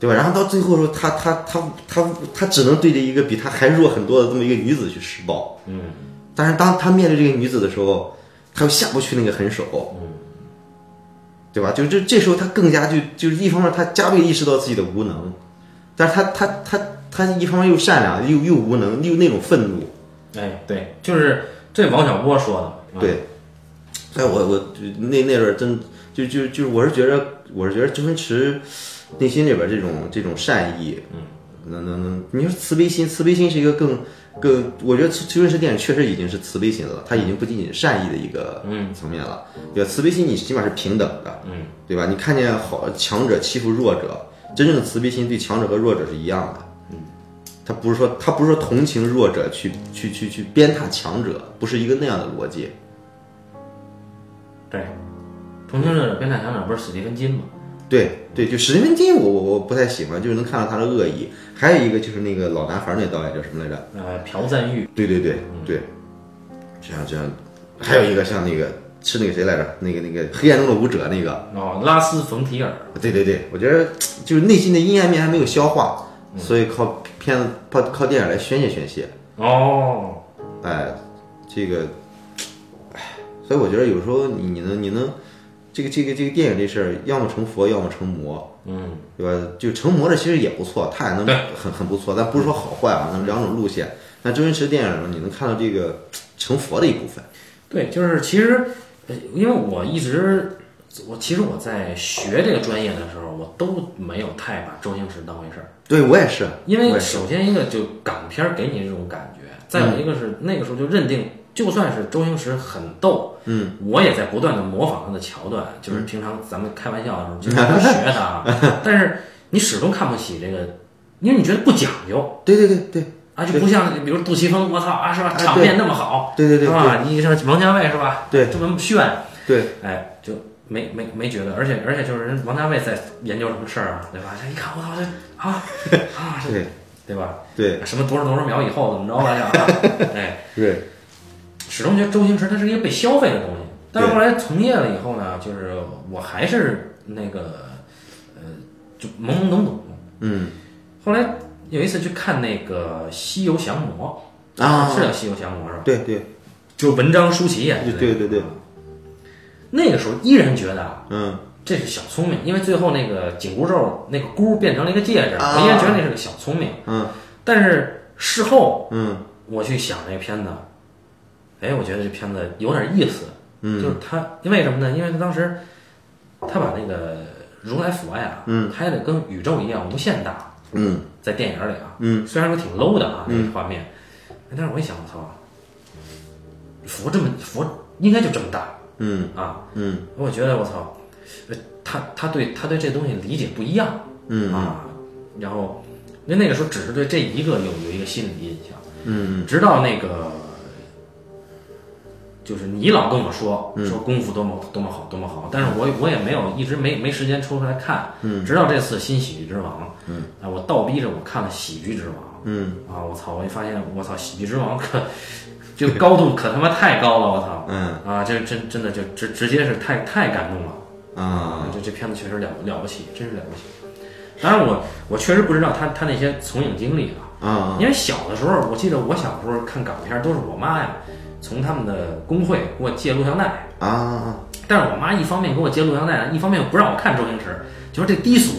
[SPEAKER 3] 对吧？然后到最后的时候，他他他他他只能对着一个比他还弱很多的这么一个女子去施暴，
[SPEAKER 2] 嗯
[SPEAKER 3] 但是当他面对这个女子的时候，他又下不去那个狠手，对吧？就这这时候他更加就就是一方面他加倍意识到自己的无能，但是他他他他一方面又善良又又无能又那种愤怒，
[SPEAKER 2] 哎对，就是这王小波说的，嗯
[SPEAKER 3] 对，哎，我我就那那阵儿真就就就是我是觉得我是觉得周星驰内心里边这种这种善意，嗯，能能能，你说慈悲心，慈悲心是一个更更，我觉得周周星驰电影确实已经是慈悲心了，他已经不仅仅是善意的一个
[SPEAKER 2] 嗯
[SPEAKER 3] 层面了，对吧？慈悲心你起码是平等的，
[SPEAKER 2] 嗯，
[SPEAKER 3] 对吧？你看见好强者欺负弱者，真正的慈悲心对强者和弱者是一样的。
[SPEAKER 2] 嗯
[SPEAKER 3] 他不是说他不是说同情弱者去去去去鞭挞强者，不是一个那样的逻辑。
[SPEAKER 2] 对，重庆的边太强者不是史蒂芬金吗？
[SPEAKER 3] 对对，就史蒂芬金我，我我不太喜欢，就是能看到他的恶意。还有一个就是那个老男孩儿那导演叫什么来着？
[SPEAKER 2] 呃，朴赞玉
[SPEAKER 3] 对对对对，这样这样，还有一个像那个是那个谁来着？那个那个黑暗中的舞者那个，
[SPEAKER 2] 哦，拉斯冯提尔
[SPEAKER 3] 对对对，我觉得就是内心的阴暗面还没有消化，所以靠片子靠靠电影来宣泄宣泄。
[SPEAKER 2] 哦，
[SPEAKER 3] 哎，这个，哎，所以我觉得有时候你你能你能，这个这个这个电影这事儿，要么成佛，要么成魔，
[SPEAKER 2] 嗯
[SPEAKER 3] 对吧？就成魔的其实也不错，它也能
[SPEAKER 2] 对
[SPEAKER 3] 很很不错，但不是说好坏啊，那么两种路线。那周星驰电影呢，你能看到这个成佛的一部分，
[SPEAKER 2] 对，就是其实，呃因为我一直，我其实我在学这个专业的时候，我都没有太把周星驰当回事儿，
[SPEAKER 3] 对嗯我也是，
[SPEAKER 2] 因
[SPEAKER 3] 我
[SPEAKER 2] 为
[SPEAKER 3] 也是
[SPEAKER 2] 首先一个就港片儿给你这种感觉，再有一个是那个时候就认定，就算是周星驰很逗，
[SPEAKER 3] 嗯，
[SPEAKER 2] 我也在不断的模仿他的桥段，就是平常咱们开玩笑的时候经常学他 啊，但是你始终看不起这个，因为你觉得不讲究
[SPEAKER 3] 对对对对
[SPEAKER 2] 啊，就不像比如杜琪峰，我操啊是吧，场面那么好。
[SPEAKER 3] 对对对对
[SPEAKER 2] 啊，你像王家卫是吧？
[SPEAKER 3] 对
[SPEAKER 2] 这么炫，
[SPEAKER 3] 对，
[SPEAKER 2] 哎，就没没没觉得，而且而且就是人王家卫在研究什么事儿啊，对吧？这一看我操这啊啊，这
[SPEAKER 3] 对
[SPEAKER 2] 对吧？
[SPEAKER 3] 对
[SPEAKER 2] 什么多少多少秒以后怎么着来着 啊？哎，
[SPEAKER 3] 对，
[SPEAKER 2] 始终觉得周星驰他是一个被消费的东西。但是后来从业了以后呢，就是我还是那个呃，就懵懵懂懂。
[SPEAKER 3] 嗯
[SPEAKER 2] 后来有一次去看那个《西游降魔》
[SPEAKER 3] 啊，
[SPEAKER 2] 是叫《西游降魔》是吧？
[SPEAKER 3] 对对
[SPEAKER 2] 就是文章舒淇演的那个。
[SPEAKER 3] 对对对对
[SPEAKER 2] 那个时候依然觉得啊，
[SPEAKER 3] 嗯
[SPEAKER 2] 这是小聪明，因为最后那个紧箍咒那个箍变成了一个戒指，
[SPEAKER 3] 啊
[SPEAKER 2] 我依然觉得那是个小聪明。
[SPEAKER 3] 嗯
[SPEAKER 2] 但是事后
[SPEAKER 3] 嗯
[SPEAKER 2] 我去想这片子，哎，我觉得这片子有点意思，就
[SPEAKER 3] 嗯
[SPEAKER 2] 是他为什么呢？因为他当时他把那个如来佛呀，
[SPEAKER 3] 嗯
[SPEAKER 2] 拍的跟宇宙一样无限大，
[SPEAKER 3] 嗯
[SPEAKER 2] 在电影里啊，
[SPEAKER 3] 嗯
[SPEAKER 2] 虽然说挺 low 的啊，那
[SPEAKER 3] 嗯
[SPEAKER 2] 个画面，但是我一想，我操，佛这么佛应该就这么大
[SPEAKER 3] 嗯
[SPEAKER 2] 啊，
[SPEAKER 3] 嗯
[SPEAKER 2] 我觉得我操，呃他他对他对这东西理解不一样
[SPEAKER 3] 嗯
[SPEAKER 2] 啊。然后，那那个时候只是对这一个有有一个心理印象，
[SPEAKER 3] 嗯
[SPEAKER 2] 直到那个，就是你老跟我说
[SPEAKER 3] 嗯
[SPEAKER 2] 说功夫多么多么好多么好，但是我我也没有一直没没时间抽出来看，
[SPEAKER 3] 嗯
[SPEAKER 2] 直到这次新喜剧之王，
[SPEAKER 3] 嗯，
[SPEAKER 2] 啊，我倒逼着我看了喜剧之王，
[SPEAKER 3] 嗯
[SPEAKER 2] 啊，我操，我一发现我操喜剧之王可这个高度可他妈太高了，我操，
[SPEAKER 3] 嗯
[SPEAKER 2] 啊，这真真的就直直接是太太感动了。
[SPEAKER 3] 啊。
[SPEAKER 2] 这这片子确实了了不起，真是了不起。当然我，我确实不知道他他那些从影经历啊，
[SPEAKER 3] 啊，
[SPEAKER 2] 因为小的时候，我记得我小时候看港片儿都是我妈呀，从他们的工会给我借录像带，
[SPEAKER 3] 啊啊
[SPEAKER 2] 但是我妈一方面给我借录像带，一方面又不让我看周星驰，就说这低俗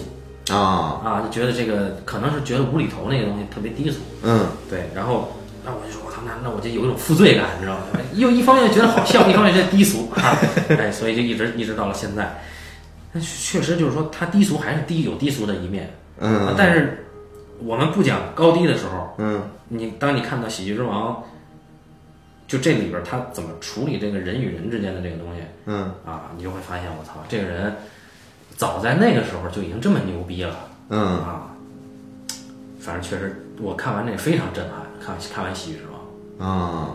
[SPEAKER 3] 啊，
[SPEAKER 2] 啊，就觉得这个可能是觉得无厘头那个东西特别低俗，
[SPEAKER 3] 嗯
[SPEAKER 2] 对，然后。那我就说，我操，那那我就有一种负罪感，你知道吗？哎又一方面觉得好笑，一方面觉得低俗啊，哎，所以就一直一直到了现在。那确实就是说，它低俗还是低有低俗的一面，啊
[SPEAKER 3] 嗯
[SPEAKER 2] 但是我们不讲高低的时候，
[SPEAKER 3] 嗯
[SPEAKER 2] 你当你看到《喜剧之王》，就这里边儿他怎么处理这个人与人之间的这个东西，
[SPEAKER 3] 嗯
[SPEAKER 2] 啊，你就会发现我操，这个人早在那个时候就已经这么牛逼了、
[SPEAKER 3] 嗯
[SPEAKER 2] 啊！反正确实，我看完这个非常震撼。看看完《喜剧之王
[SPEAKER 3] 啊》，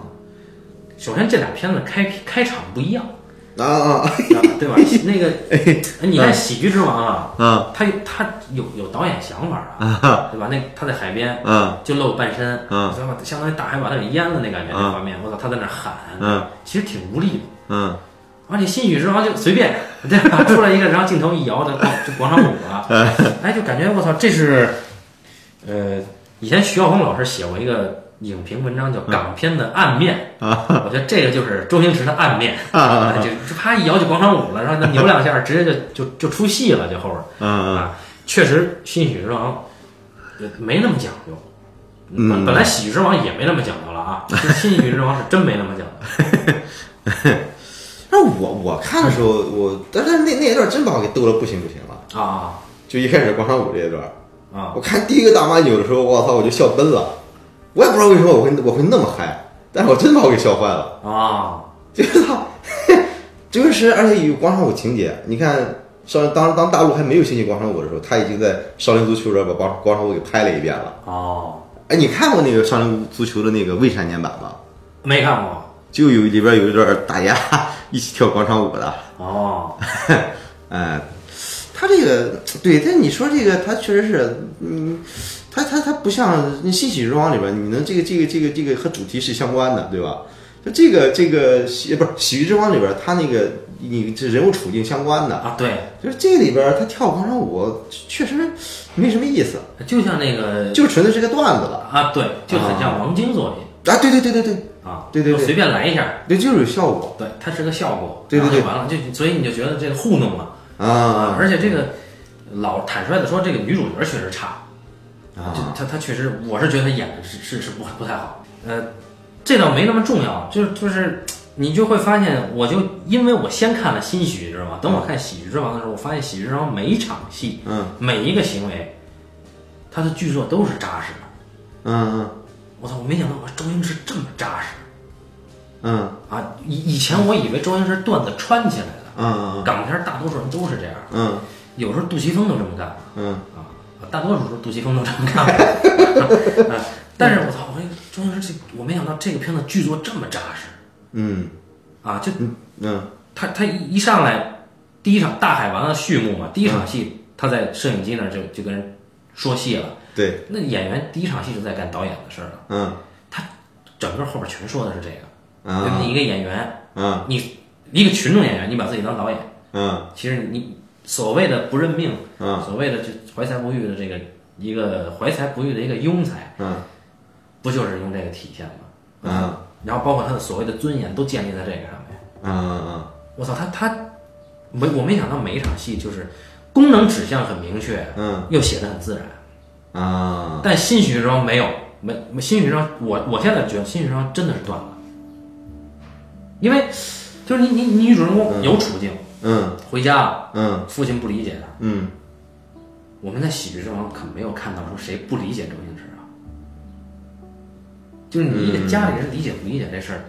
[SPEAKER 2] 首先这俩片子开开场不 一样，
[SPEAKER 3] 啊啊
[SPEAKER 2] 对吧？那个
[SPEAKER 3] 哎
[SPEAKER 2] 你
[SPEAKER 3] 嗯
[SPEAKER 2] 看《喜剧之王》啊，
[SPEAKER 3] 啊
[SPEAKER 2] 他有他有有导演想法啊，对吧？那他在海边
[SPEAKER 3] 啊
[SPEAKER 2] 就露半身，
[SPEAKER 3] 嗯
[SPEAKER 2] 知道吧？相当于大海把他给淹了那感觉，那
[SPEAKER 3] 嗯
[SPEAKER 2] 画面，我操，他在那喊，
[SPEAKER 3] 嗯
[SPEAKER 2] 其实挺无力的。
[SPEAKER 3] 嗯
[SPEAKER 2] 而且新宇之王就随便，对吧？出来一个，然后镜头一摇，就广就广场舞 了。哎，就感觉我操，这是，呃，以前徐浩峰老师写过一个影评文章，叫
[SPEAKER 3] 嗯
[SPEAKER 2] 《港片的暗面》我觉得这个就是周星驰的暗面，哎
[SPEAKER 3] 啊
[SPEAKER 2] 就就啪一摇就广场舞了，然后就扭两下，直接就就就出戏了，就后边。
[SPEAKER 3] 嗯
[SPEAKER 2] 啊，确实《新喜之王》呃没那么讲究。
[SPEAKER 3] 嗯
[SPEAKER 2] 本本来《喜剧之王》也没那么讲究了 啊，这《新喜剧之王》是真没那么讲究。
[SPEAKER 3] 那我我看的时候，我但是那那一段真把我给逗得不行不行了。
[SPEAKER 2] 啊
[SPEAKER 3] 就一开始广场舞这一段，
[SPEAKER 2] 啊
[SPEAKER 3] 我看第一个大妈扭的时候，我操，我就笑崩了。我也不知道为什么我会我会那么嗨，但是我真把我给笑坏了。
[SPEAKER 2] 啊！
[SPEAKER 3] 就是他， 周星驰，而且有广场舞情节。你看，上当当大陆还没有兴起广场舞的时候，他已经在《少林足球》这儿把广广场舞给拍了一遍了。
[SPEAKER 2] 哦，
[SPEAKER 3] 哎，你看过那个《少林足球》的那个未删减版吗？
[SPEAKER 2] 没看过。
[SPEAKER 3] 就有里边有一段大家一起跳广场舞的。
[SPEAKER 2] 哦，
[SPEAKER 3] 哎，他这个对，但你说这个，他确实是，嗯，他他他不像《新喜剧之王》里边，你能这个这个这个这个和主题是相关的，对吧？就这个这个喜不是《喜剧之王》里边，他那个你这人物处境相关的，
[SPEAKER 2] 啊，对，
[SPEAKER 3] 就是这里边他跳广场舞确实没什么意思，
[SPEAKER 2] 就像那个
[SPEAKER 3] 就纯粹是个段子了
[SPEAKER 2] 啊，对，就很像王晶作品
[SPEAKER 3] 啊！对对对对对
[SPEAKER 2] 啊，
[SPEAKER 3] 对对对
[SPEAKER 2] 就随便来一下，
[SPEAKER 3] 对，就是有效果
[SPEAKER 2] 对，它是个效果，
[SPEAKER 3] 对对对
[SPEAKER 2] 然后就完了，就所以你就觉得这个糊弄了
[SPEAKER 3] 啊！
[SPEAKER 2] 而且这个老坦率的说，这个女主角确实差
[SPEAKER 3] 啊
[SPEAKER 2] 就她她确实，我是觉得她演的是是是不不太好，呃，这倒没那么重要，就是就是。你就会发现，我就因为我先看了《新喜剧之王》，
[SPEAKER 3] 啊
[SPEAKER 2] 等我看《喜剧之王》的时候，我发现《喜剧之王》每一场戏，
[SPEAKER 3] 嗯
[SPEAKER 2] 每一个行为，他的剧作都是扎实的。
[SPEAKER 3] 嗯
[SPEAKER 2] 我操，我没想到我周星驰这么扎实
[SPEAKER 3] 嗯嗯
[SPEAKER 2] 啊！以以前我以为周星驰段子穿起来的，
[SPEAKER 3] 嗯
[SPEAKER 2] 港片大多数人都是这样，
[SPEAKER 3] 嗯
[SPEAKER 2] 有时候杜琪峰都这么干
[SPEAKER 3] 嗯
[SPEAKER 2] 啊，大多数时候杜琪峰都这么干。 啊但是我操，我这周星驰这，我没想到这个片子剧作这么扎实
[SPEAKER 3] 嗯
[SPEAKER 2] 啊！就
[SPEAKER 3] 嗯
[SPEAKER 2] 他他一一上来，第一场大海王的序幕嘛，第一场戏他在摄影机那儿就就跟人说戏了。
[SPEAKER 3] 对
[SPEAKER 2] 那演员第一场戏就在干导演的事儿了，
[SPEAKER 3] 嗯
[SPEAKER 2] 他整个后边全说的是这个。对吧？
[SPEAKER 3] 啊
[SPEAKER 2] 你一个演员，
[SPEAKER 3] 嗯
[SPEAKER 2] 你一个群众演员，你把自己当导演，
[SPEAKER 3] 嗯
[SPEAKER 2] 其实你所谓的不认命，
[SPEAKER 3] 嗯
[SPEAKER 2] 所谓的就怀才不遇的这个一个怀才不遇的一个庸才，
[SPEAKER 3] 嗯
[SPEAKER 2] 不就是用这个体现吗？
[SPEAKER 3] 嗯。
[SPEAKER 2] 然后包括他的所谓的尊严，都建立在这个上面。
[SPEAKER 3] 嗯
[SPEAKER 2] 我操，他他没我没想到每一场戏就是功能指向很明确，
[SPEAKER 3] 嗯
[SPEAKER 2] 又写的很自然。
[SPEAKER 3] 嗯啊
[SPEAKER 2] 但新许装没有，没没新许装，我我现在觉得新许装真的是断了，因为就是你你你女主人公有处境，
[SPEAKER 3] 嗯
[SPEAKER 2] 回家了，
[SPEAKER 3] 嗯
[SPEAKER 2] 父亲不理解她。
[SPEAKER 3] 嗯
[SPEAKER 2] 我们在喜剧之王可没有看到说谁不理解周星驰啊，就是你一个家里人理解不理解这事儿，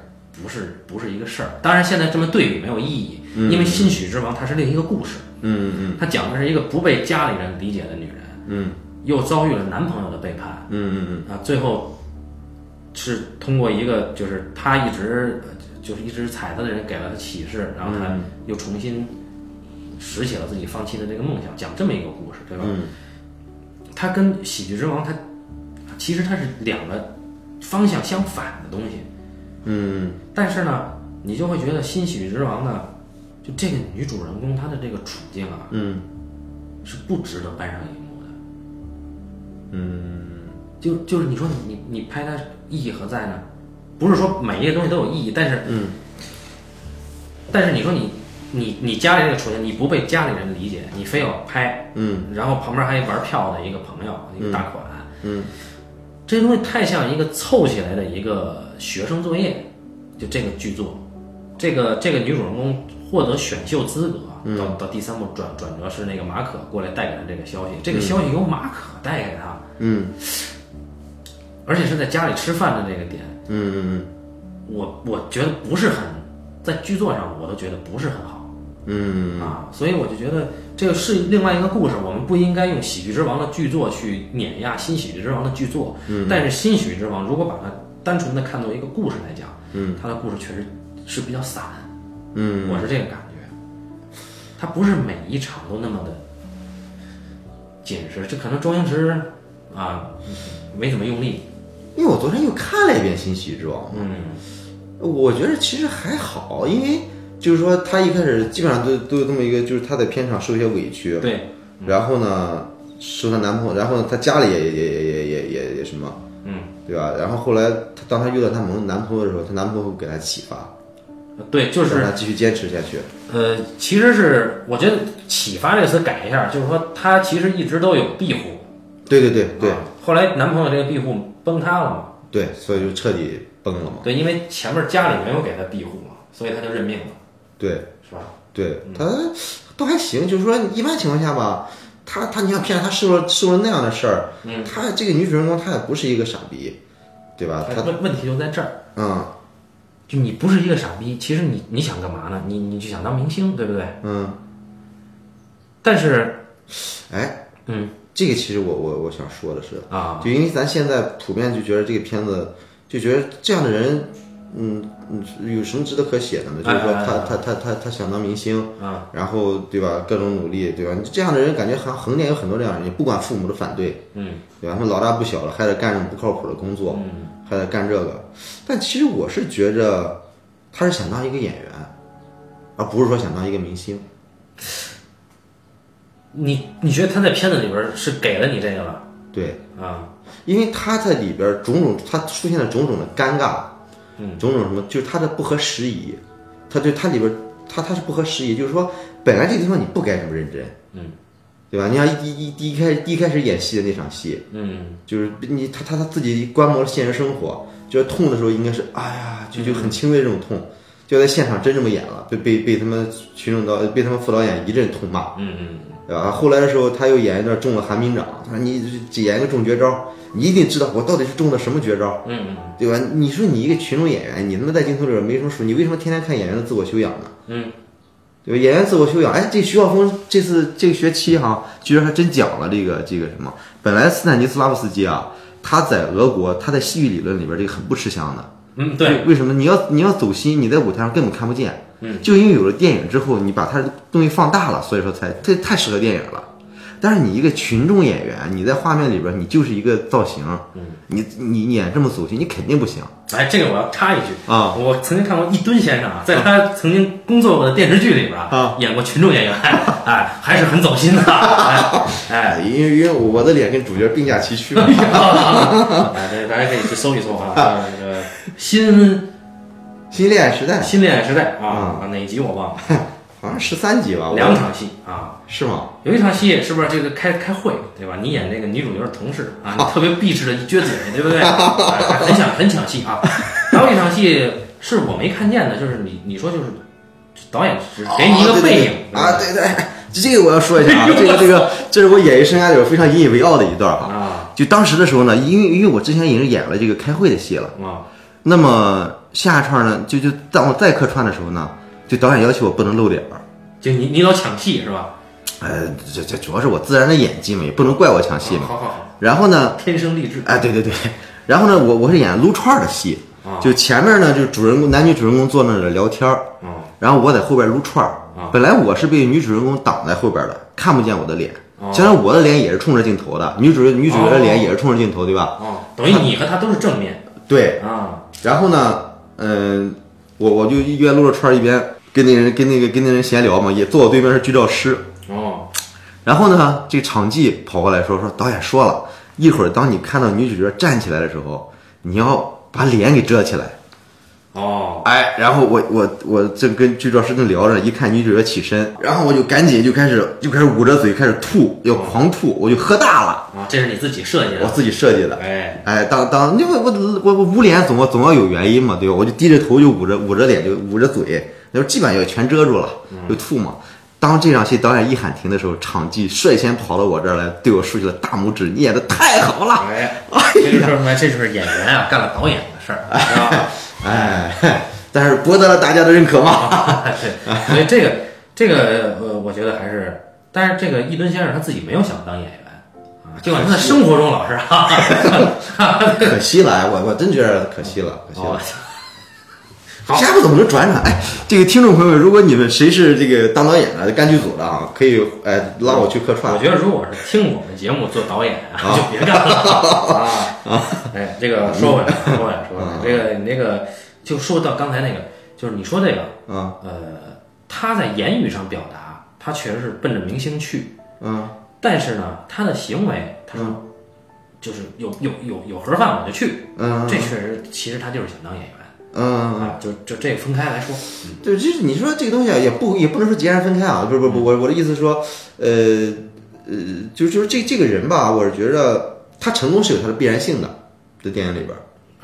[SPEAKER 2] 不是不是一个事儿。当然现在这么对比没有意义，因为新喜剧之王它是另一个故事，
[SPEAKER 3] 嗯
[SPEAKER 2] 它讲的是一个不被家里人理解的女人，
[SPEAKER 3] 嗯
[SPEAKER 2] 又遭遇了男朋友的背叛。
[SPEAKER 3] 嗯嗯
[SPEAKER 2] 啊，最后是通过一个就是他一直呃就是一直踩他的人给了他启示，然后他
[SPEAKER 3] 嗯
[SPEAKER 2] 又重新拾起了自己放弃的这个梦想，讲这么一个故事，对吧？
[SPEAKER 3] 嗯
[SPEAKER 2] 他跟喜剧之王，他其实他是两个方向相反的东西，
[SPEAKER 3] 嗯
[SPEAKER 2] 但是呢，你就会觉得新喜剧之王呢，就这个女主人公她的这个处境啊，
[SPEAKER 3] 嗯
[SPEAKER 2] 是不值得搬上荧幕的。
[SPEAKER 3] 嗯
[SPEAKER 2] 就就是你说你你你拍它意义何在呢？不是说每一个东西都有意义，但是
[SPEAKER 3] 嗯
[SPEAKER 2] 但是你说你你你家里这个处境，你不被家里人理解，你非要拍，
[SPEAKER 3] 嗯
[SPEAKER 2] 然后旁边还有玩票的一个朋友，一个大款，
[SPEAKER 3] 嗯
[SPEAKER 2] 这些东西太像一个凑起来的一个学生作业。就这个剧作，这个这个女主人公获得选秀资格，
[SPEAKER 3] 嗯
[SPEAKER 2] 到到第三部转转折是那个马可过来带给他这个消息，这个消息由马可带给他，
[SPEAKER 3] 嗯
[SPEAKER 2] 而且是在家里吃饭的这个点，
[SPEAKER 3] 嗯嗯
[SPEAKER 2] 我我觉得不是很，在剧作上我都觉得不是很好。
[SPEAKER 3] 嗯
[SPEAKER 2] 啊，所以我就觉得这个是另外一个故事，我们不应该用《喜剧之王》的剧作去碾压《新喜剧之王》的剧作。嗯、但是《新喜剧之王》如果把它单纯的看作一个故事来讲，
[SPEAKER 3] 嗯，
[SPEAKER 2] 它的故事确实是比较散，
[SPEAKER 3] 嗯，
[SPEAKER 2] 我是这个感觉。它不是每一场都那么的紧实，这可能周星驰啊没怎么用力。
[SPEAKER 3] 因为我昨天又看了一遍《新喜剧之王》，
[SPEAKER 2] 嗯
[SPEAKER 3] 我觉得其实还好，因为就是说他一开始基本上都都有这么一个，就是他在片场受一些委屈，
[SPEAKER 2] 对，
[SPEAKER 3] 然后呢，受她男朋友，然后呢，她家里也也也也也也也什么，
[SPEAKER 2] 嗯，
[SPEAKER 3] 对吧？然后后来她当她遇到她男男朋友的时候，她男朋友会给她启发，
[SPEAKER 2] 对，就是
[SPEAKER 3] 让她继续坚持下去。
[SPEAKER 2] 呃，其实是我觉得“启发”这个词改一下，就是说她其实一直都有庇护，
[SPEAKER 3] 对对对对、
[SPEAKER 2] 啊后来男朋友这个庇护崩塌了嘛？
[SPEAKER 3] 对，所以就彻底崩了嘛。
[SPEAKER 2] 对，因为前面家里没有给他庇护嘛，所以他就认命了，
[SPEAKER 3] 对
[SPEAKER 2] 是吧？
[SPEAKER 3] 对，
[SPEAKER 2] 嗯
[SPEAKER 3] 她倒还行，就是说一般情况下吧，她她你想骗她受了受了那样的事儿，
[SPEAKER 2] 嗯，
[SPEAKER 3] 她这个女主人公她也不是一个傻逼，对吧？
[SPEAKER 2] 哎
[SPEAKER 3] 她
[SPEAKER 2] 问问题就在这儿，
[SPEAKER 3] 嗯
[SPEAKER 2] 就你不是一个傻逼，其实你你想干嘛呢？你你就想当明星，对不对？
[SPEAKER 3] 嗯，
[SPEAKER 2] 但是
[SPEAKER 3] 哎，
[SPEAKER 2] 嗯
[SPEAKER 3] 这个其实我我我想说的是。
[SPEAKER 2] 啊，
[SPEAKER 3] 就因为咱现在普遍就觉得这个片子，就觉得这样的人，嗯嗯，有什么值得可写的呢？就是说
[SPEAKER 2] 哎哎哎
[SPEAKER 3] 他
[SPEAKER 2] 哎
[SPEAKER 3] 他他他他想当明星，
[SPEAKER 2] 啊，
[SPEAKER 3] 然后对吧，各种努力，对吧？这样的人感觉横横店有很多这样的人，也不管父母的反对，
[SPEAKER 2] 嗯
[SPEAKER 3] 对吧？他们老大不小了，还得干这种不靠谱的工作，
[SPEAKER 2] 嗯
[SPEAKER 3] 还得干这个。但其实我是觉着，他是想当一个演员，而不是说想当一个明星。
[SPEAKER 2] 你你觉得他在片子里边是给了你这个了
[SPEAKER 3] 对，
[SPEAKER 2] 啊？
[SPEAKER 3] 因为他在里边儿种种，他出现了种种的尴尬，
[SPEAKER 2] 嗯
[SPEAKER 3] 种种什么，就是他的不合时宜，他对他里边儿他他是不合时宜，就是说本来这个地方你不该这么认真，
[SPEAKER 2] 嗯，
[SPEAKER 3] 对吧？你像一一第一开第一开始演戏的那场戏，
[SPEAKER 2] 嗯
[SPEAKER 3] 就是你他他他自己观摩了现实生活，就是痛的时候应该是哎呀，就就很轻微这种痛，就在现场真这么演了，被被被他们群众导被他们副导演一阵痛骂，
[SPEAKER 2] 嗯嗯，
[SPEAKER 3] 对吧？后来的时候，他又演一段中了寒冰掌，他说你只演一个中绝招，你一定知道我到底是中的什么绝招，
[SPEAKER 2] 嗯嗯
[SPEAKER 3] 对吧？你说你一个群众演员，你他妈在镜头里边没什么数，你为什么天天看演员的自我修养呢？
[SPEAKER 2] 嗯，
[SPEAKER 3] 对吧？演员自我修养，哎，这徐晓峰这次这个学期哈、居然还真讲了这个这个什么。本来斯坦尼斯拉夫斯基啊，他在俄国，他在戏剧理论里边这个很不吃香的。
[SPEAKER 2] 嗯，对，
[SPEAKER 3] 为什么？你要你要走心，你在舞台上根本看不见。
[SPEAKER 2] 嗯，
[SPEAKER 3] 就因为有了电影之后，你把它的东西放大了，所以说才这太适合电影了。但是你一个群众演员，你在画面里边，你就是一个造型，
[SPEAKER 2] 嗯，
[SPEAKER 3] 你你你演这么走心，你肯定不行
[SPEAKER 2] 哎，这个我要插一句，
[SPEAKER 3] 啊。
[SPEAKER 2] 我曾经看过一吨先生啊，在他曾经工作过的电视剧里边
[SPEAKER 3] 啊，
[SPEAKER 2] 演过群众演员，哎，还是很走心的，哎，
[SPEAKER 3] 哎，
[SPEAKER 2] 哎，
[SPEAKER 3] 因为因为我的脸跟主角并驾 齐驱嘛。
[SPEAKER 2] 哎这大家可以去搜一搜啊，这个新
[SPEAKER 3] 新恋爱时代
[SPEAKER 2] 新恋爱时代啊，哪集我忘了，
[SPEAKER 3] 嗯好像十三集吧，我
[SPEAKER 2] 两场戏啊，
[SPEAKER 3] 是吗？
[SPEAKER 2] 有一场戏是不是这个开开会对吧？你演这个女主角的同事啊，你特别鄙视的一撅嘴，对 不对？哎很抢很抢戏啊，还有一场戏是我没看见的，就是你你说就是导演只给你一个背影
[SPEAKER 3] 啊，对对， 这个我要说 一下啊，
[SPEAKER 2] 哎呦
[SPEAKER 3] 这个
[SPEAKER 2] 我
[SPEAKER 3] 这个这是我演艺生涯里边非常引以为傲的一段啊。
[SPEAKER 2] 啊
[SPEAKER 3] 就当时的时候呢，因为因为我之前已经演了这个开会的戏了，
[SPEAKER 2] 啊。
[SPEAKER 3] 那么下一串呢，就就当我再客串的时候呢，就导演要求我不能露脸儿。
[SPEAKER 2] 就你你老抢戏是吧？
[SPEAKER 3] 呃，这这主要是我自然的演技嘛，也不能怪我抢戏
[SPEAKER 2] 啊
[SPEAKER 3] 嘛。
[SPEAKER 2] 好好好，
[SPEAKER 3] 然后呢，
[SPEAKER 2] 天生丽质
[SPEAKER 3] 哎，对对对， 然后呢，我我是演撸串儿的戏，
[SPEAKER 2] 啊
[SPEAKER 3] 就前面呢，就主人公男女主人公坐那儿聊天儿，
[SPEAKER 2] 啊
[SPEAKER 3] 然后我在后边撸串儿
[SPEAKER 2] 啊。
[SPEAKER 3] 本来我是被女主人公挡在后边的，看不见我的脸。
[SPEAKER 2] 哦
[SPEAKER 3] 相当于我的脸也是冲着镜头的，女主女主角的脸
[SPEAKER 2] 哦
[SPEAKER 3] 也是冲着镜头，对吧？
[SPEAKER 2] 啊，等于你和他都是正面
[SPEAKER 3] 对，
[SPEAKER 2] 啊
[SPEAKER 3] 然后呢，嗯、我我就一边撸着串儿一边跟那人跟那个跟那人闲聊嘛，也坐我对面是剧照师。
[SPEAKER 2] 哦
[SPEAKER 3] 然后呢，这个场记跑过来说说导演说了一会儿，当你看到女主角站起来的时候，你要把脸给遮起来。
[SPEAKER 2] 哦
[SPEAKER 3] 哎，然后我我我正跟剧照师正聊着，一看女主角起身，然后我就赶紧就开始就开始捂着嘴开始吐，要狂吐，我就喝大了，
[SPEAKER 2] 啊，这是你自己设计
[SPEAKER 3] 我
[SPEAKER 2] 的，
[SPEAKER 3] 自己设计的。
[SPEAKER 2] 哎
[SPEAKER 3] 哎，当当，因为我我我捂脸总要总要有原因嘛，对吧？我就低着头就捂着捂着脸就捂着嘴，然后基本上也全遮住了，
[SPEAKER 2] 嗯
[SPEAKER 3] 就吐嘛。当这场戏导演一喊停的时候，场记率先跑到我这儿来，对我竖起了大拇指，你演的太好了！
[SPEAKER 2] 哎呀，这就是什么？这就是演员啊，干了导演的 事儿，知道吧？
[SPEAKER 3] 哎，但是博得了大家的认可吗？
[SPEAKER 2] 对，所以这个这个呃，我觉得还是，但是这个一吨先生他自己没有想当演员啊，尽管他在生活中老是啊 哈哈，
[SPEAKER 3] 可惜了，哎我我真觉得可惜了，可惜了。
[SPEAKER 2] 哦好
[SPEAKER 3] 下不怎么能转转？哎，这个听众朋友们，如果你们谁是这个当导演的、干剧组的啊，可以哎拉我去客串。
[SPEAKER 2] 我觉得如果是听我们节目做导演啊，
[SPEAKER 3] 啊
[SPEAKER 2] 就别干 了啊！哎，这个说回来，说回来，说回来
[SPEAKER 3] 啊，
[SPEAKER 2] 这个你这个就说到刚才那个，就是你说这个，
[SPEAKER 3] 啊
[SPEAKER 2] 呃，他在言语上表达，他确实是奔着明星去，
[SPEAKER 3] 嗯
[SPEAKER 2] 但是呢，他的行为，他说就是有有有有盒饭我就去，
[SPEAKER 3] 嗯
[SPEAKER 2] 这确实其实他就是想当演员
[SPEAKER 3] 嗯，
[SPEAKER 2] 啊，就就这个分开来说，
[SPEAKER 3] 对，就是你说这个东西啊，也不也不能说截然分开啊，不是不是不，我我的意思是说，呃呃，就就是这这个人吧，我是觉得他成功是有他的必然性的，在电影里边儿，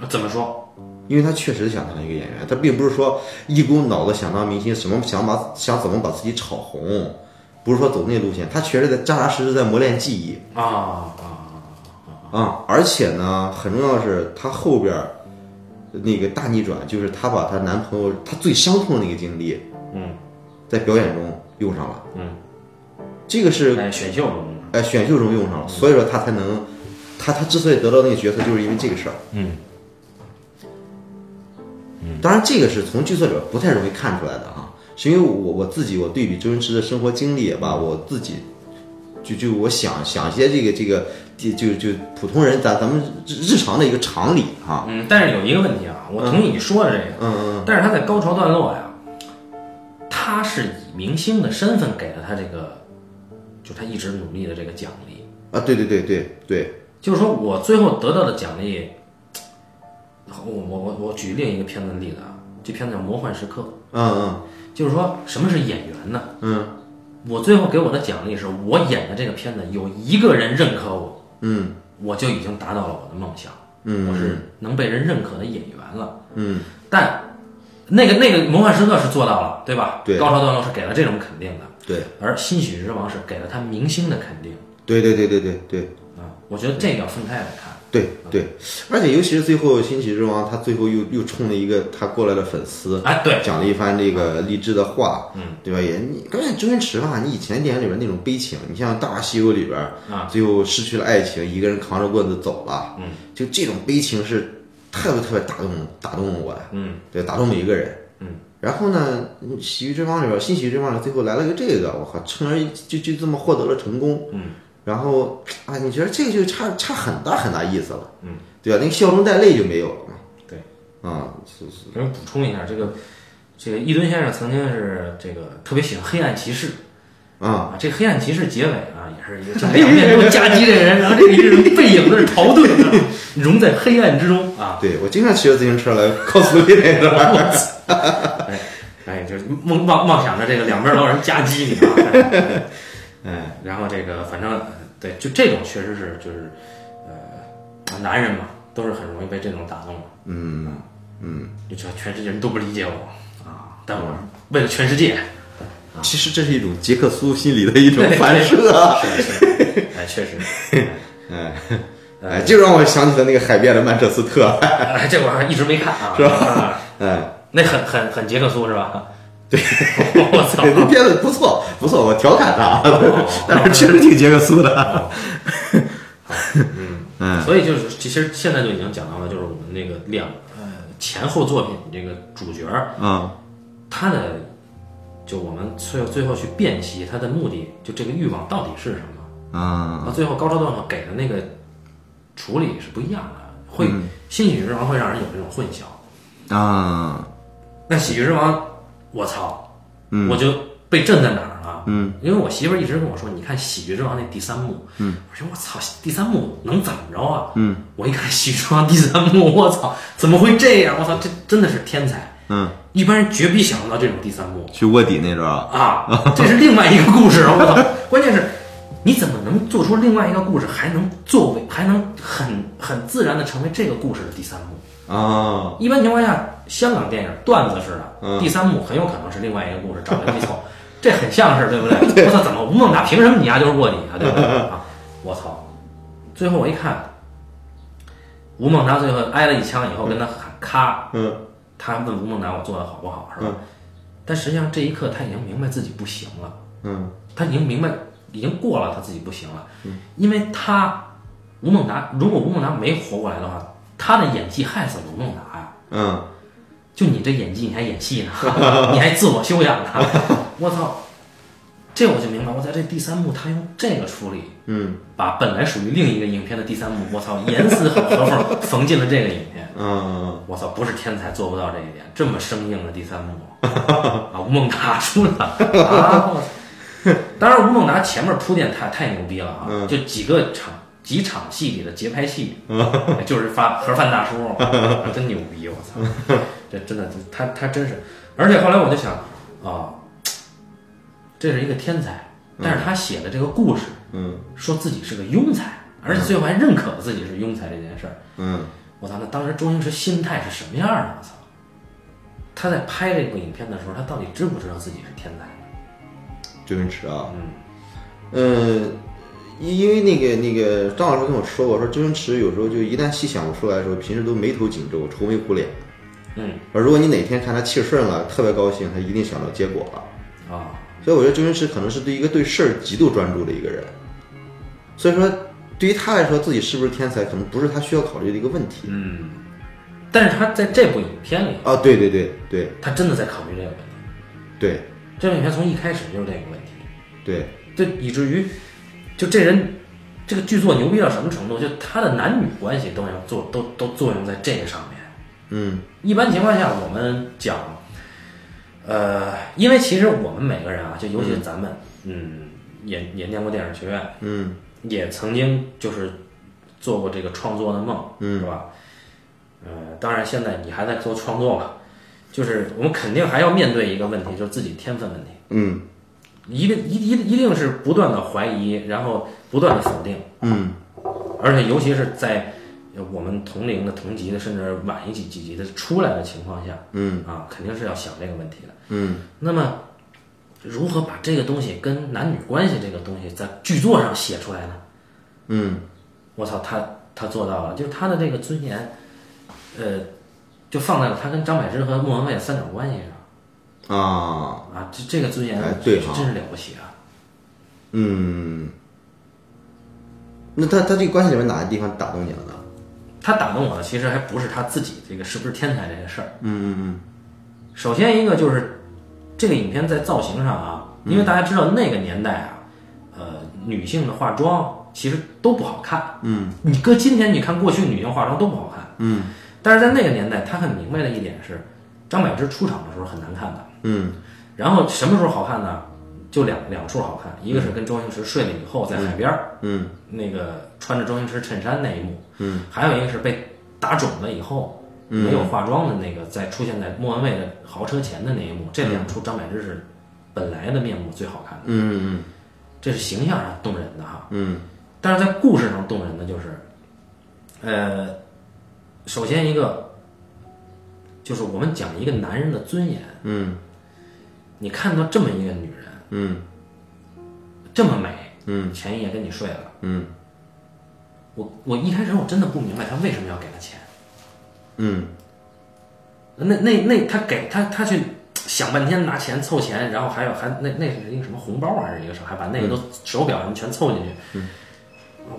[SPEAKER 2] 怎么说？
[SPEAKER 3] 因为他确实想当一个演员，他并不是说一股脑子想当明星，什么想把想怎么把自己炒红，不是说走那路线，他确实在扎扎实实在磨练技艺
[SPEAKER 2] 啊啊
[SPEAKER 3] 啊、而且呢，很重要的是他后边儿那个大逆转，就是她把她男朋友她最伤痛的那个经历，
[SPEAKER 2] 嗯
[SPEAKER 3] 在表演中用上了。
[SPEAKER 2] 嗯，
[SPEAKER 3] 这个是
[SPEAKER 2] 哎，选秀中
[SPEAKER 3] 呃选秀中用上了，所以说他才能，他他之所以得到那个角色，就是因为这个事儿。
[SPEAKER 2] 嗯
[SPEAKER 3] 嗯当然，这个是从剧作里边不太容易看出来的啊，是因为我我自己我对比周星驰的生活经历也罢，我自己就就我想想一些这个这个就就就普通人咱咱们日日常的一个常理啊哈、
[SPEAKER 2] 嗯，但是有一个问题啊，我同意你说的这个，
[SPEAKER 3] 嗯
[SPEAKER 2] 但是他在高潮段落呀，他是以明星的身份给了他这个，就他一直努力的这个奖励，
[SPEAKER 3] 嗯啊，对对对对对，
[SPEAKER 2] 就是说我最后得到的奖励，我我我我举另一个片子的例子啊，这片子叫《魔幻时刻
[SPEAKER 3] 嗯》，
[SPEAKER 2] 就是说什么是演员呢？
[SPEAKER 3] 嗯嗯
[SPEAKER 2] 我最后给我的奖励是我演的这个片子有一个人认可我，
[SPEAKER 3] 嗯
[SPEAKER 2] 我就已经达到了我的梦想，
[SPEAKER 3] 嗯，
[SPEAKER 2] 我是能被人认可的演员了。
[SPEAKER 3] 嗯
[SPEAKER 2] 但那个那个魔幻时刻是做到了，对吧？
[SPEAKER 3] 对
[SPEAKER 2] 高潮段落是给了这种肯定的，
[SPEAKER 3] 对
[SPEAKER 2] 而欣喜之王是给了他明星的肯定
[SPEAKER 3] 对对对对对对。
[SPEAKER 2] 啊。我觉得这个要分开来看。
[SPEAKER 3] 对对，而且尤其是最后《新喜之王》，他最后又又冲了一个他过来的粉丝，
[SPEAKER 2] 哎，对，
[SPEAKER 3] 讲了一番这个励志的话，
[SPEAKER 2] 嗯，
[SPEAKER 3] 对吧？也你关键周星驰吧，你以前电影里边那种悲情，你像《大话西游》里边
[SPEAKER 2] 啊，
[SPEAKER 3] 最后失去了爱情，一个人扛着棍子走了，
[SPEAKER 2] 嗯，
[SPEAKER 3] 就这种悲情是特别特别打动打动我的，
[SPEAKER 2] 嗯
[SPEAKER 3] 对，打动每一个人，
[SPEAKER 2] 嗯。
[SPEAKER 3] 然后呢，《喜剧之王》里边，《新喜剧之王》里最后来了个这个，我靠，从而就就这么获得了成功，
[SPEAKER 2] 嗯
[SPEAKER 3] 然后啊，你觉得这个就差差很大很大意思了，
[SPEAKER 2] 嗯，
[SPEAKER 3] 对啊吧？那个笑中带泪就没有了嘛，
[SPEAKER 2] 对，
[SPEAKER 3] 啊、是是，
[SPEAKER 2] 给我补充一下，这个这个伊顿先生曾经是这个特别喜欢《黑暗骑士》啊，
[SPEAKER 3] 啊、
[SPEAKER 2] 这《黑暗骑士》结尾啊，也是一 个就两面都夹击这人，然后这个人背影在这逃遁，啊融在黑暗之中啊。
[SPEAKER 3] 对我经常骑着自行车来 cosplay 那段，
[SPEAKER 2] 哎，就是梦妄妄想着这个两边都有人夹击你啊。哎
[SPEAKER 3] 哎，
[SPEAKER 2] 然后这个反正呃对，就这种确实是就是，呃，男人嘛，都是很容易被这种打动的。啊
[SPEAKER 3] 嗯嗯，
[SPEAKER 2] 就全全世界人都不理解我啊，但我为了全世 界，
[SPEAKER 3] 其实这是一种杰克苏心理的一种反射，啊
[SPEAKER 2] 是 是，哎，确实，
[SPEAKER 3] 哎。哎，就让我想起了那个海边的曼彻斯特，
[SPEAKER 2] 哎，这我还一直没看啊，
[SPEAKER 3] 是吧
[SPEAKER 2] 啊
[SPEAKER 3] 哎，
[SPEAKER 2] 那很很很杰克苏是 吧？对， 我操
[SPEAKER 3] 对，， 那片子不错，不错，我调侃他
[SPEAKER 2] 哦，
[SPEAKER 3] 但是确实挺杰克苏的，
[SPEAKER 2] 所以就是，其实现在就已经讲到了，就是我们那个两呃前后作品这个主角儿
[SPEAKER 3] 嗯
[SPEAKER 2] 他的，就我们最后最后去辨析他的目的，就这个欲望到底是什么？
[SPEAKER 3] 嗯
[SPEAKER 2] 啊，最后高潮段落给的那个处理是不一样的，会新喜剧之王会让人有这种混淆。
[SPEAKER 3] 啊，
[SPEAKER 2] 那喜剧之王，我操，我就被震在哪儿了？嗯，因为我媳妇儿一直跟我说，你看喜剧之王那第三幕，嗯，我说我操，第三幕能怎么着啊？嗯，我一看喜剧之王第三幕，我操，怎么会这样？我操，这真的是天才，
[SPEAKER 3] 嗯，
[SPEAKER 2] 一般人绝逼想不到这种第三幕
[SPEAKER 3] 去卧底那段，
[SPEAKER 2] 啊，这是另外一个故事，我操，关键是。你怎么能做出另外一个故事，还能作为，还能很很自然的成为这个故事的第三幕？
[SPEAKER 3] 啊，
[SPEAKER 2] 一般情况下，香港电影段子似的，
[SPEAKER 3] 嗯
[SPEAKER 2] 第三幕很有可能是另外一个故事，找人去凑，这很像是对不 对？我操，怎么吴孟达凭什么你丫、就是卧底啊？对不对啊？我操！最后我一看，吴孟达最后挨了一枪以后，跟他喊咔，
[SPEAKER 3] 嗯
[SPEAKER 2] 他问吴孟达我做的好不好是吧？
[SPEAKER 3] 嗯
[SPEAKER 2] 但实际上这一刻他已经明白自己不行了。
[SPEAKER 3] 嗯
[SPEAKER 2] 他已经明白，已经过了他自己不行了，因为他吴孟达，如果吴孟达没活过来的话，他的演技害死了吴孟达呀。
[SPEAKER 3] 嗯
[SPEAKER 2] 就你这演技，你还演戏呢，你还自我修养呢，我操！这我就明白，我在这第三幕他用这个处理，
[SPEAKER 3] 嗯
[SPEAKER 2] 把本来属于另一个影片的第三幕，我操，严丝合缝缝进了这个影片。
[SPEAKER 3] 嗯
[SPEAKER 2] 我操，不是天才做不到这一点，这么生硬的第三幕啊，吴孟达输了 啊！我操当然，吴孟达前面铺垫太太牛逼了啊，
[SPEAKER 3] 嗯
[SPEAKER 2] 就几个场几场戏里的节拍戏， 就是发盒饭大叔，啊真牛逼！我操，这真的他他真是，而且后来我就想啊，这是一个天才，但是他写的这个故事
[SPEAKER 3] 嗯
[SPEAKER 2] 说自己是个庸才，而且最后还认可自己是庸才这件事儿。
[SPEAKER 3] 嗯
[SPEAKER 2] 我操，那当时周星驰心态是什么样的？我操，他在拍这部影片的时候，他到底知不知道自己是天才呢？
[SPEAKER 3] 周星驰啊，
[SPEAKER 2] 嗯
[SPEAKER 3] 嗯，因因为那个那个张老师跟我说过，说周星驰有时候就一旦细想不出来的时候，平时都眉头紧皱，愁眉苦脸。
[SPEAKER 2] 嗯
[SPEAKER 3] 而如果你哪天看他气顺了，特别高兴，他一定想到结果了。
[SPEAKER 2] 啊，
[SPEAKER 3] 所以我觉得周星驰可能是对一个对事儿极度专注的一个人，所以说对于他来说，自己是不是天才，可能不是他需要考虑的一个问题。
[SPEAKER 2] 嗯，但是他在这部影片里，
[SPEAKER 3] 啊，对对对对
[SPEAKER 2] 他真的在考虑这个问题。
[SPEAKER 3] 对
[SPEAKER 2] 这部影片从一开始就是这个问题，
[SPEAKER 3] 对，
[SPEAKER 2] 就以至于，就这人，这个剧作牛逼到什么程度？就他的男女关系都要做，都都作用在这个上面。
[SPEAKER 3] 嗯
[SPEAKER 2] 一般情况下，我们讲，呃，因为其实我们每个人啊，就尤其是咱们，嗯，也也念过电影学院，
[SPEAKER 3] 嗯
[SPEAKER 2] 也曾经就是做过这个创作的梦，
[SPEAKER 3] 嗯
[SPEAKER 2] 是吧？呃，当然现在你还在做创作嘛，就是我们肯定还要面对一个问题，就是自己天分问题，
[SPEAKER 3] 嗯
[SPEAKER 2] 一定一一一定是不断的怀疑，然后不断的否定，
[SPEAKER 3] 嗯
[SPEAKER 2] 而且尤其是在我们同龄的、同级的，甚至晚一几几级的出来的情况下，
[SPEAKER 3] 嗯
[SPEAKER 2] 啊，肯定是要想这个问题的。
[SPEAKER 3] 嗯
[SPEAKER 2] 那么，如何把这个东西跟男女关系这个东西在剧作上写出来呢？
[SPEAKER 3] 嗯
[SPEAKER 2] 我操，他他做到了，就是他的这个尊严，呃，就放在了他跟张柏芝和莫文蔚的三角关系上
[SPEAKER 3] 啊，
[SPEAKER 2] 啊，这这个尊严
[SPEAKER 3] 哎对
[SPEAKER 2] 是
[SPEAKER 3] 哈
[SPEAKER 2] 真是了不起啊！
[SPEAKER 3] 嗯，那他他这个关系里面哪个地方打动你了呢？
[SPEAKER 2] 他打动我的其实还不是他自己这个是不是天才这个事儿，
[SPEAKER 3] 嗯
[SPEAKER 2] 首先一个就是这个影片在造型上啊，
[SPEAKER 3] 嗯
[SPEAKER 2] 因为大家知道那个年代啊，呃，女性的化妆其实都不好看。
[SPEAKER 3] 嗯
[SPEAKER 2] 你搁今天你看过去女性化妆都不好看，
[SPEAKER 3] 嗯
[SPEAKER 2] 但是在那个年代，他很明白的一点是，张柏芝出场的时候很难看的。
[SPEAKER 3] 嗯嗯
[SPEAKER 2] 然后什么时候好看呢？就两两处好看，一个是跟周星驰睡了以后在海边儿、
[SPEAKER 3] 嗯
[SPEAKER 2] 那个穿着周星驰衬衫那一幕，
[SPEAKER 3] 嗯，
[SPEAKER 2] 还有一个是被打肿了以后、没有化妆的那个，在出现在莫文蔚的豪车前的那一
[SPEAKER 3] 嗯
[SPEAKER 2] 幕，这两处张柏芝是本来的面目最好看的，
[SPEAKER 3] 嗯
[SPEAKER 2] 这是形象上动人的哈。
[SPEAKER 3] 嗯
[SPEAKER 2] 但是在故事上动人的就是，呃，首先一个就是我们讲一个男人的尊严，
[SPEAKER 3] 嗯
[SPEAKER 2] 你看到这么一个女人
[SPEAKER 3] 嗯
[SPEAKER 2] 这么美，
[SPEAKER 3] 嗯
[SPEAKER 2] 前一夜跟你睡了，
[SPEAKER 3] 嗯
[SPEAKER 2] 我我一开始我真的不明白他为什么要给她钱。
[SPEAKER 3] 嗯
[SPEAKER 2] 那那那他给他他去想半天拿钱凑钱，然后还有还那那是一个什么红包啊还是一个什么，还把那个
[SPEAKER 3] 嗯
[SPEAKER 2] 都手表什么全凑进去。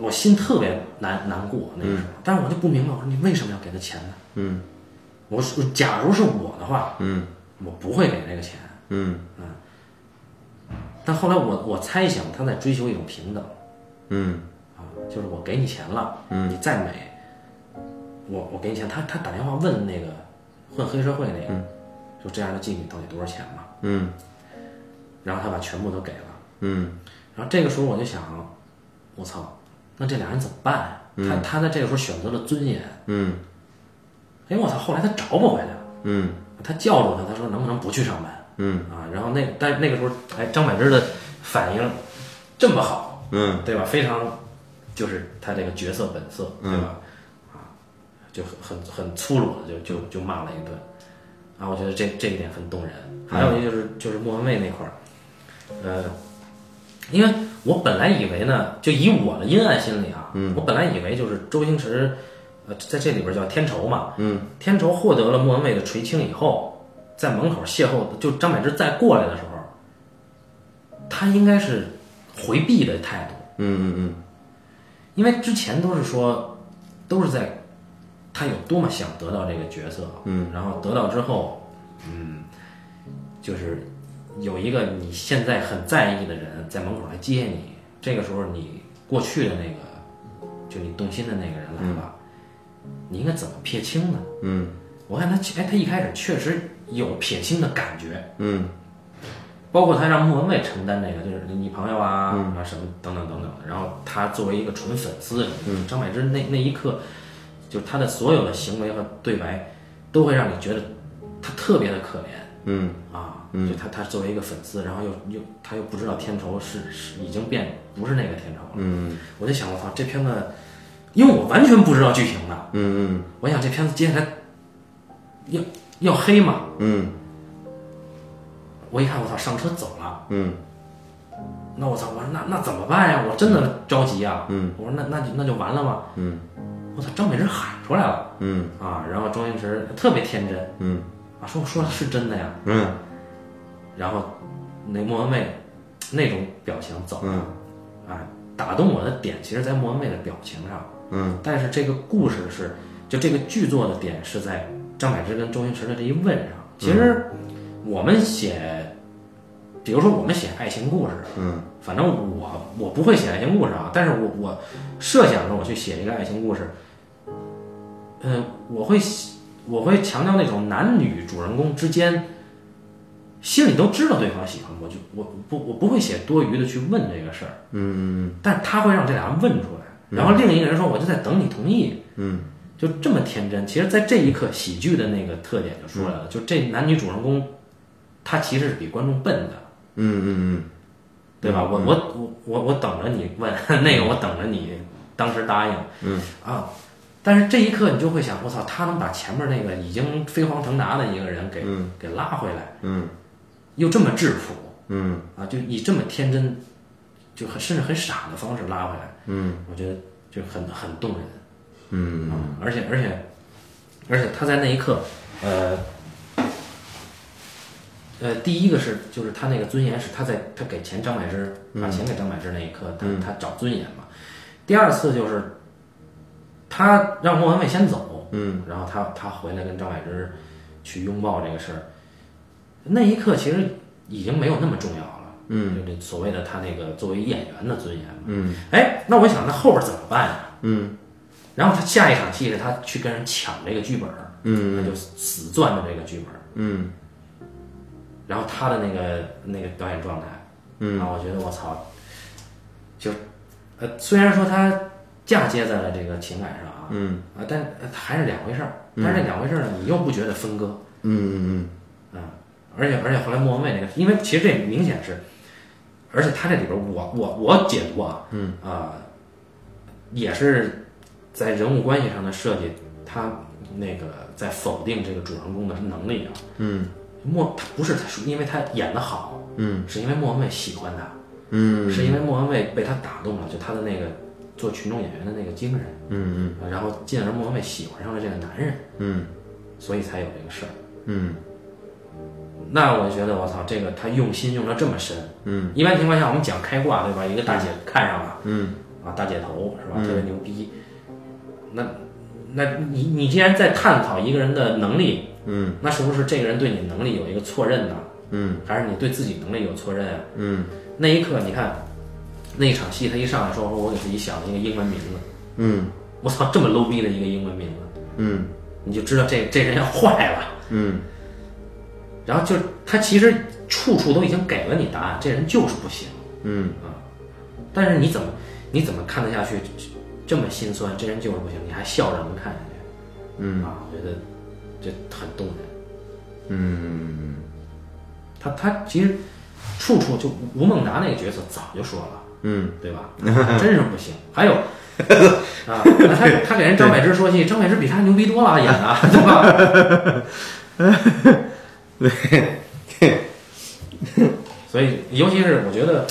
[SPEAKER 2] 我心特别难难过那个时候，但是我就不明白，我说你为什么要给他钱呢？
[SPEAKER 3] 嗯
[SPEAKER 2] 我说假如是我的话，
[SPEAKER 3] 嗯
[SPEAKER 2] 我不会给这个钱。嗯
[SPEAKER 3] 嗯
[SPEAKER 2] 但后来我我猜想他在追求一种平等
[SPEAKER 3] 嗯
[SPEAKER 2] 啊，就是我给你钱了，你再美，我我给你钱。他他打电话问那个混黑社会那个，说这样的妓女到底多少钱嘛？
[SPEAKER 3] 嗯
[SPEAKER 2] 然后他把全部都给了。
[SPEAKER 3] 嗯
[SPEAKER 2] 然后这个时候我就想，我操，那这俩人怎么办呀、他他在这个时候选择了尊严。
[SPEAKER 3] 嗯
[SPEAKER 2] 哎，我操！后来他找不回来了，
[SPEAKER 3] 嗯
[SPEAKER 2] 他叫住他，他说能不能不去上班
[SPEAKER 3] 嗯
[SPEAKER 2] 啊？然后那但那个时候，哎，张柏芝的反应这么好，
[SPEAKER 3] 嗯
[SPEAKER 2] 对吧？非常就是他这个角色
[SPEAKER 3] 嗯
[SPEAKER 2] 本色，对吧？啊，就很很很粗鲁的就就就骂了一顿。啊，我觉得这这一点很动人。还有一个就是就是莫文蔚那块儿，呃，因为我本来以为呢，就以我的阴暗心理啊，
[SPEAKER 3] 嗯
[SPEAKER 2] 我本来以为就是周星驰，呃，在这里边叫天仇嘛，
[SPEAKER 3] 嗯，
[SPEAKER 2] 天仇获得了莫文蔚的垂青以后，在门口邂逅，就张柏芝再过来的时候，他应该是回避的态度，
[SPEAKER 3] 嗯嗯
[SPEAKER 2] 因为之前都是说，都是在他有多么想得到这个角色，啊
[SPEAKER 3] 嗯，
[SPEAKER 2] 然后得到之后，嗯，就是有一个你现在很在意的人在门口来接你，这个时候你过去的那个，就你动心的那个人来了，你应该怎么撇清呢？
[SPEAKER 3] 嗯
[SPEAKER 2] 我看他，哎，他一开始确实有撇清的感觉，
[SPEAKER 3] 嗯嗯
[SPEAKER 2] 包括他让莫文蔚承担这个，就是你朋友啊，
[SPEAKER 3] 嗯
[SPEAKER 2] 啊什么等等等等。然后他作为一个纯粉丝，
[SPEAKER 3] 嗯
[SPEAKER 2] 张柏芝那那一刻，就是他的所有的行为和对白，都会让你觉得他特别的可怜
[SPEAKER 3] 嗯
[SPEAKER 2] 啊。就他他作为一个粉丝，然后又又他又不知道天仇是是已经变不是那个天仇了。
[SPEAKER 3] 嗯
[SPEAKER 2] 我就想，我操，这片子，因为我完全不知道剧情的，
[SPEAKER 3] 嗯
[SPEAKER 2] 我想这片子接下来要要黑嘛，
[SPEAKER 3] 嗯
[SPEAKER 2] 我一看，我操，上车走了。
[SPEAKER 3] 嗯
[SPEAKER 2] 那我操！我说那那怎么办呀？我真的着急啊！
[SPEAKER 3] 嗯，
[SPEAKER 2] 我说那那就那就完了吗？
[SPEAKER 3] 嗯
[SPEAKER 2] 我操！张柏芝喊出来了
[SPEAKER 3] 嗯
[SPEAKER 2] 啊！然后周星驰特别天真
[SPEAKER 3] 嗯
[SPEAKER 2] 啊，说说的是真的呀。
[SPEAKER 3] 嗯
[SPEAKER 2] 然后那莫文蔚那种表情走了，
[SPEAKER 3] 嗯
[SPEAKER 2] 哎，打动我的点其实在莫文蔚的表情上，
[SPEAKER 3] 嗯
[SPEAKER 2] 但是这个故事是就这个剧作的点是在张柏芝跟周星驰的这一问上。其实
[SPEAKER 3] 嗯
[SPEAKER 2] 我们写，比如说我们写爱情故事，
[SPEAKER 3] 嗯
[SPEAKER 2] 反正我我不会写爱情故事啊，但是我我设想着我去写一个爱情故事，嗯、我会写我会强调那种男女主人公之间心里都知道对方喜欢，我就我不我不会写多余的去问这个事儿，
[SPEAKER 3] 嗯
[SPEAKER 2] 但他会让这俩人问出来，然后另一个人说我就在等你同意，
[SPEAKER 3] 嗯
[SPEAKER 2] 就这么天真。其实，在这一刻，喜剧的那个特点就出来
[SPEAKER 3] 嗯
[SPEAKER 2] 了，就这男女主人公，他其实是比观众笨的，
[SPEAKER 3] 嗯
[SPEAKER 2] 对吧？我我我我等着你 问那个，我等着你当时答应，
[SPEAKER 3] 嗯
[SPEAKER 2] 啊，但是这一刻你就会想，我操，他能把前面那个已经飞黄腾达的一个人给、
[SPEAKER 3] 嗯
[SPEAKER 2] 给拉回来，
[SPEAKER 3] 嗯
[SPEAKER 2] 又这么质朴
[SPEAKER 3] 嗯
[SPEAKER 2] 啊，就以这么天真，就很甚至很傻的方式拉回来，
[SPEAKER 3] 嗯
[SPEAKER 2] 我觉得就很很动人
[SPEAKER 3] 嗯
[SPEAKER 2] 啊，而且而且而且他在那一刻，呃。呃，第一个是就是他那个尊严是他在他给钱张柏芝
[SPEAKER 3] 嗯
[SPEAKER 2] 把钱给张柏芝那一刻，他他找尊严嘛。第二次就是他让莫文蔚先走，
[SPEAKER 3] 嗯，
[SPEAKER 2] 然后他他回来跟张柏芝去拥抱这个事儿，那一刻其实已经没有那么重要了，嗯，就这所谓的他那个作为演员的尊严嘛，嗯，哎，那我想那后边怎么办呀、
[SPEAKER 3] 嗯
[SPEAKER 2] 然后他下一场戏是他去跟人抢这个剧本，嗯，他就死攥着这个剧本，
[SPEAKER 3] 嗯
[SPEAKER 2] 然后他的那个那个表演状态，嗯，然后我觉得我操，就，呃，虽然说他嫁接在了这个情感上啊，
[SPEAKER 3] 嗯
[SPEAKER 2] 啊，但呃还是两回事儿。但是这两回事儿呢，你又不觉得分割，
[SPEAKER 3] 嗯
[SPEAKER 2] 嗯，而且而且后来莫文蔚那个，因为其实这明显是，而且他这里边儿我我我解读啊，嗯啊、也是在人物关系上的设计，他那个在否定这个主人公的能力啊，
[SPEAKER 3] 嗯
[SPEAKER 2] 莫他不是他是因为他演的好，
[SPEAKER 3] 嗯，
[SPEAKER 2] 是因为莫文蔚喜欢他，
[SPEAKER 3] 嗯
[SPEAKER 2] 是因为莫文蔚被他打动了，就他的那个做群众演员的那个精神，
[SPEAKER 3] 嗯
[SPEAKER 2] 啊然后进而莫文蔚喜欢上了这个男人，
[SPEAKER 3] 嗯
[SPEAKER 2] 所以才有这个事儿。
[SPEAKER 3] 嗯
[SPEAKER 2] 那我觉得我操，这个他用心用的这么深。
[SPEAKER 3] 嗯，
[SPEAKER 2] 一般情况下我们讲开挂对吧？一个大姐看上了
[SPEAKER 3] 嗯
[SPEAKER 2] 啊，大姐头是吧？特别牛逼。那，那你你既然在探讨一个人的能力，
[SPEAKER 3] 嗯
[SPEAKER 2] 那是不是这个人对你能力有一个错认呢？
[SPEAKER 3] 嗯
[SPEAKER 2] 还是你对自己能力有错认啊？
[SPEAKER 3] 嗯
[SPEAKER 2] 那一刻，你看那一场戏，他一上来说我给自己想了一个英文名字，
[SPEAKER 3] 嗯
[SPEAKER 2] 我操，这么 low 逼的一个英文名字，
[SPEAKER 3] 嗯
[SPEAKER 2] 你就知道这这人要坏了。
[SPEAKER 3] 嗯
[SPEAKER 2] 然后就是他其实处处都已经给了你答案，这人就是不行。啊
[SPEAKER 3] 嗯
[SPEAKER 2] 但是你怎么你怎么看得下去这么心酸？这人就是不行，你还笑着能看下去？嗯啊，我觉得这很动人。
[SPEAKER 3] 嗯
[SPEAKER 2] 他他其实处处就吴孟达那个角色早就说了，
[SPEAKER 3] 嗯
[SPEAKER 2] 对吧？真是不行。还 有 啊，他他给人张柏芝说戏，张柏芝比他牛逼多了，演的，对吧？所以，尤其是我觉得，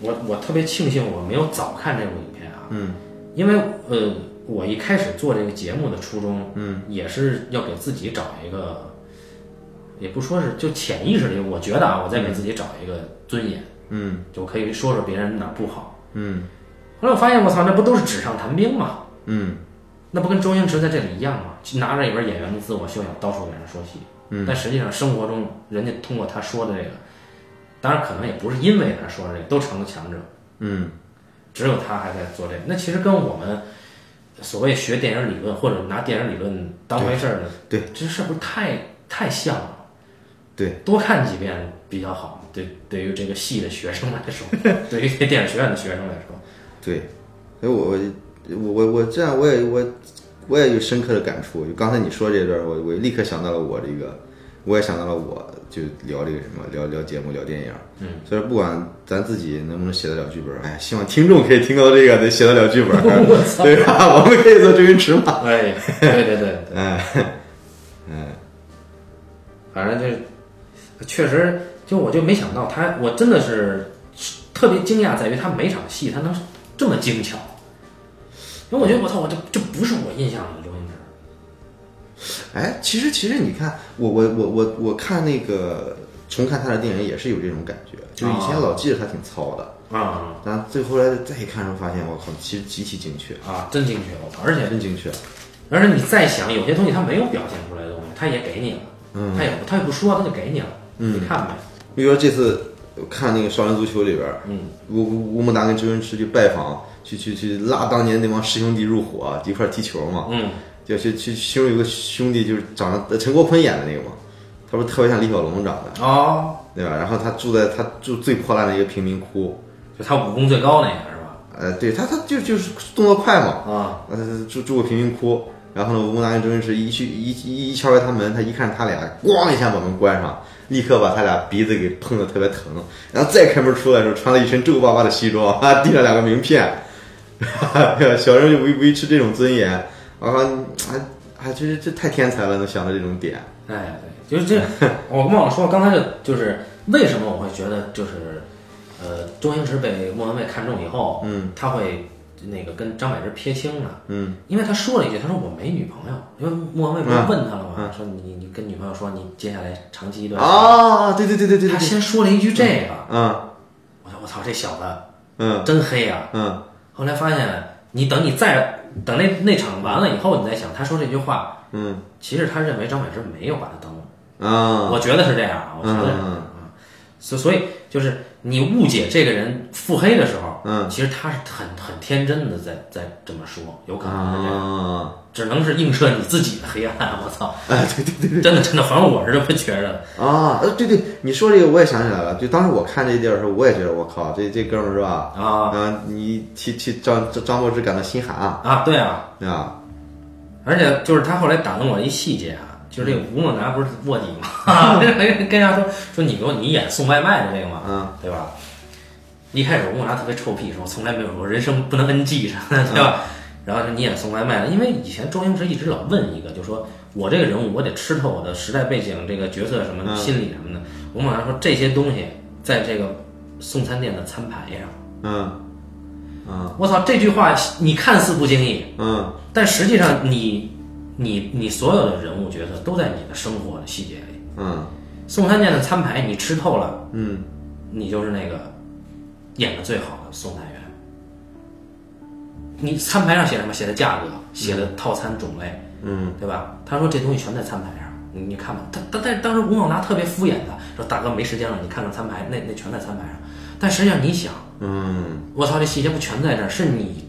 [SPEAKER 2] 我我特别庆幸我没有早看这部影片啊，
[SPEAKER 3] 嗯，
[SPEAKER 2] 因为呃，我一开始做这个节目的初衷，
[SPEAKER 3] 嗯，
[SPEAKER 2] 也是要给自己找一个，也不说是就潜意识里，我觉得啊，我在给自己找一个尊严，
[SPEAKER 3] 嗯
[SPEAKER 2] 就可以说说别人哪儿不好。
[SPEAKER 3] 嗯
[SPEAKER 2] 后来我发现，我操，那不都是纸上谈兵吗？
[SPEAKER 3] 嗯
[SPEAKER 2] 那不跟周星驰在这里一样吗？拿着一本演员的自我修养，到处给人说戏。
[SPEAKER 3] 嗯
[SPEAKER 2] 但实际上生活中，人家通过他说的这个，当然可能也不是因为他说的这个，都成了强者，
[SPEAKER 3] 嗯
[SPEAKER 2] 只有他还在做这个。那其实跟我们所谓学电影理论或者拿电影理论当回事儿的，
[SPEAKER 3] 对，
[SPEAKER 2] 这是不是太太像了？
[SPEAKER 3] 对，
[SPEAKER 2] 多看几遍比较好。对，对于这个戏的学生来 说，对于电影学院的学生来说，
[SPEAKER 3] 对，所以我我我我这样我也我我也有深刻的感触。就刚才你说这段，我我立刻想到了我这个，我也想到了我就聊这个什么聊聊节目聊电影。
[SPEAKER 2] 嗯，
[SPEAKER 3] 所以不管咱自己能不能写得了剧本，哎，希望听众可以听到这个，得写得了剧本， 对吧？我们可以做周星驰嘛？
[SPEAKER 2] 哎，对对对。
[SPEAKER 3] 哎，哎，
[SPEAKER 2] 反正就是，确实，就我就没想到他，我真的是特别惊讶，在于他每场戏他能这么精巧。因为我觉得我操，我这这不是我印象里的周星驰。
[SPEAKER 3] 哎，其实其实你看，我我我我我看那个重看他的电影也是有这种感觉，就是以前
[SPEAKER 2] 啊
[SPEAKER 3] 老记得他挺糙的，
[SPEAKER 2] 啊
[SPEAKER 3] 然后最后来再一看的时候发现，我靠，其实极其精确，
[SPEAKER 2] 啊，真精确！我操，而且
[SPEAKER 3] 真精确。
[SPEAKER 2] 而且你再想，有些东西他没有表现出来的东西，他也给你了，
[SPEAKER 3] 嗯
[SPEAKER 2] 他也他也不说，他就给你了，
[SPEAKER 3] 嗯
[SPEAKER 2] 你看呗。
[SPEAKER 3] 比如说这次我看那个《少林足球》里边儿，
[SPEAKER 2] 嗯
[SPEAKER 3] 吴吴吴孟达跟周星驰去拜访，去去去拉当年那帮师兄弟入伙，啊一块儿踢球嘛。
[SPEAKER 2] 嗯，
[SPEAKER 3] 就去去其中有个兄弟就是长得呃陈国坤演的那个嘛，他不是特别像李小龙长的，
[SPEAKER 2] 哦，
[SPEAKER 3] 对吧？然后他住在他住最破烂的一个贫民窟，
[SPEAKER 2] 就他武功最高那个是吧？
[SPEAKER 3] 呃，对他他就就是动作快嘛，
[SPEAKER 2] 啊，
[SPEAKER 3] 呃，住住个贫民窟，然后呢，吴孟达跟周星驰一去一一一敲开他门，他一看他俩，咣一下把门关上，立刻把他俩鼻子给碰得特别疼，然后再开门出来的时候，穿了一身皱巴巴的西装，啊，递了两个名片，小人就维维持这种尊严，我靠，还还真是这太天才了，能想到这种点，
[SPEAKER 2] 哎，对，就是 这，我忘了说，刚才就就是为什么我会觉得就是，呃，周星驰被莫文蔚看中以后，
[SPEAKER 3] 嗯，
[SPEAKER 2] 他会那个跟张柏芝撇清了，
[SPEAKER 3] 嗯
[SPEAKER 2] 因为他说了一句，他说我没女朋友，因为莫文蔚不是
[SPEAKER 3] 嗯
[SPEAKER 2] 问他了吗？
[SPEAKER 3] 嗯
[SPEAKER 2] 说你你跟女朋友说你接下来长期一段，
[SPEAKER 3] 啊，对对对对对对
[SPEAKER 2] 他
[SPEAKER 3] 对，
[SPEAKER 2] 先说了一句这个，
[SPEAKER 3] 嗯
[SPEAKER 2] 我说我操，这小子
[SPEAKER 3] 嗯
[SPEAKER 2] 真黑啊！
[SPEAKER 3] 嗯
[SPEAKER 2] 后来发现，你等你再等那那场完了以后，你再想他说这句话，
[SPEAKER 3] 嗯
[SPEAKER 2] 其实他认为张柏芝没有把他当
[SPEAKER 3] 啊，
[SPEAKER 2] 我觉得是这样啊，我觉得是这样
[SPEAKER 3] 嗯
[SPEAKER 2] 啊，所所以就是你误解这个人腹黑的时候，
[SPEAKER 3] 嗯
[SPEAKER 2] 其实他是很很天真的在在这么说，有可能是这样，
[SPEAKER 3] 啊，
[SPEAKER 2] 只能是映射你自己的黑暗。我操，
[SPEAKER 3] 哎，对对对。
[SPEAKER 2] 真的真的，反正我是这么觉着的。
[SPEAKER 3] 啊，呃，对对，你说这个我也想起来了，就当时我看这地儿的时候，我也觉得我靠，这这哥们儿是吧？
[SPEAKER 2] 啊
[SPEAKER 3] 嗯，你替替张张张柏芝感到心寒啊，
[SPEAKER 2] 啊，对啊，
[SPEAKER 3] 对吧？
[SPEAKER 2] 而且就是他后来打动我一细节啊，就是这个吴孟达不是卧底 嘛，跟人家说说你给我你演送外卖的这个嘛，
[SPEAKER 3] 嗯
[SPEAKER 2] 对吧？一开始我孟达特别臭屁，说我从来没有过人生不能 NG 啥的，对吧？
[SPEAKER 3] 嗯
[SPEAKER 2] 然后说你也送外卖了，因为以前周星驰一直老问一个，就说我这个人物我得吃透我的时代背景、这个角色什么、
[SPEAKER 3] 嗯
[SPEAKER 2] 心理什么的。我孟达说这些东西在这个送餐店的餐牌上，
[SPEAKER 3] 嗯嗯
[SPEAKER 2] 我操，这句话你看似不经意，
[SPEAKER 3] 嗯
[SPEAKER 2] 但实际上你你你所有的人物角色都在你的生活的细节里。
[SPEAKER 3] 嗯
[SPEAKER 2] 送餐店的餐牌你吃透了，
[SPEAKER 3] 嗯
[SPEAKER 2] 你就是那个演的最好的送餐员。你餐牌上写什么？写的价格，写的套餐种类，
[SPEAKER 3] 嗯
[SPEAKER 2] 对吧？他说这东西全在餐牌上，你你看吧。他他但是当时吴孟达特别敷衍的说：“大哥没时间了，你看看餐牌，那那全在餐牌上。”但实际上你想，
[SPEAKER 3] 嗯
[SPEAKER 2] 我操，这细节不全在这儿，是你，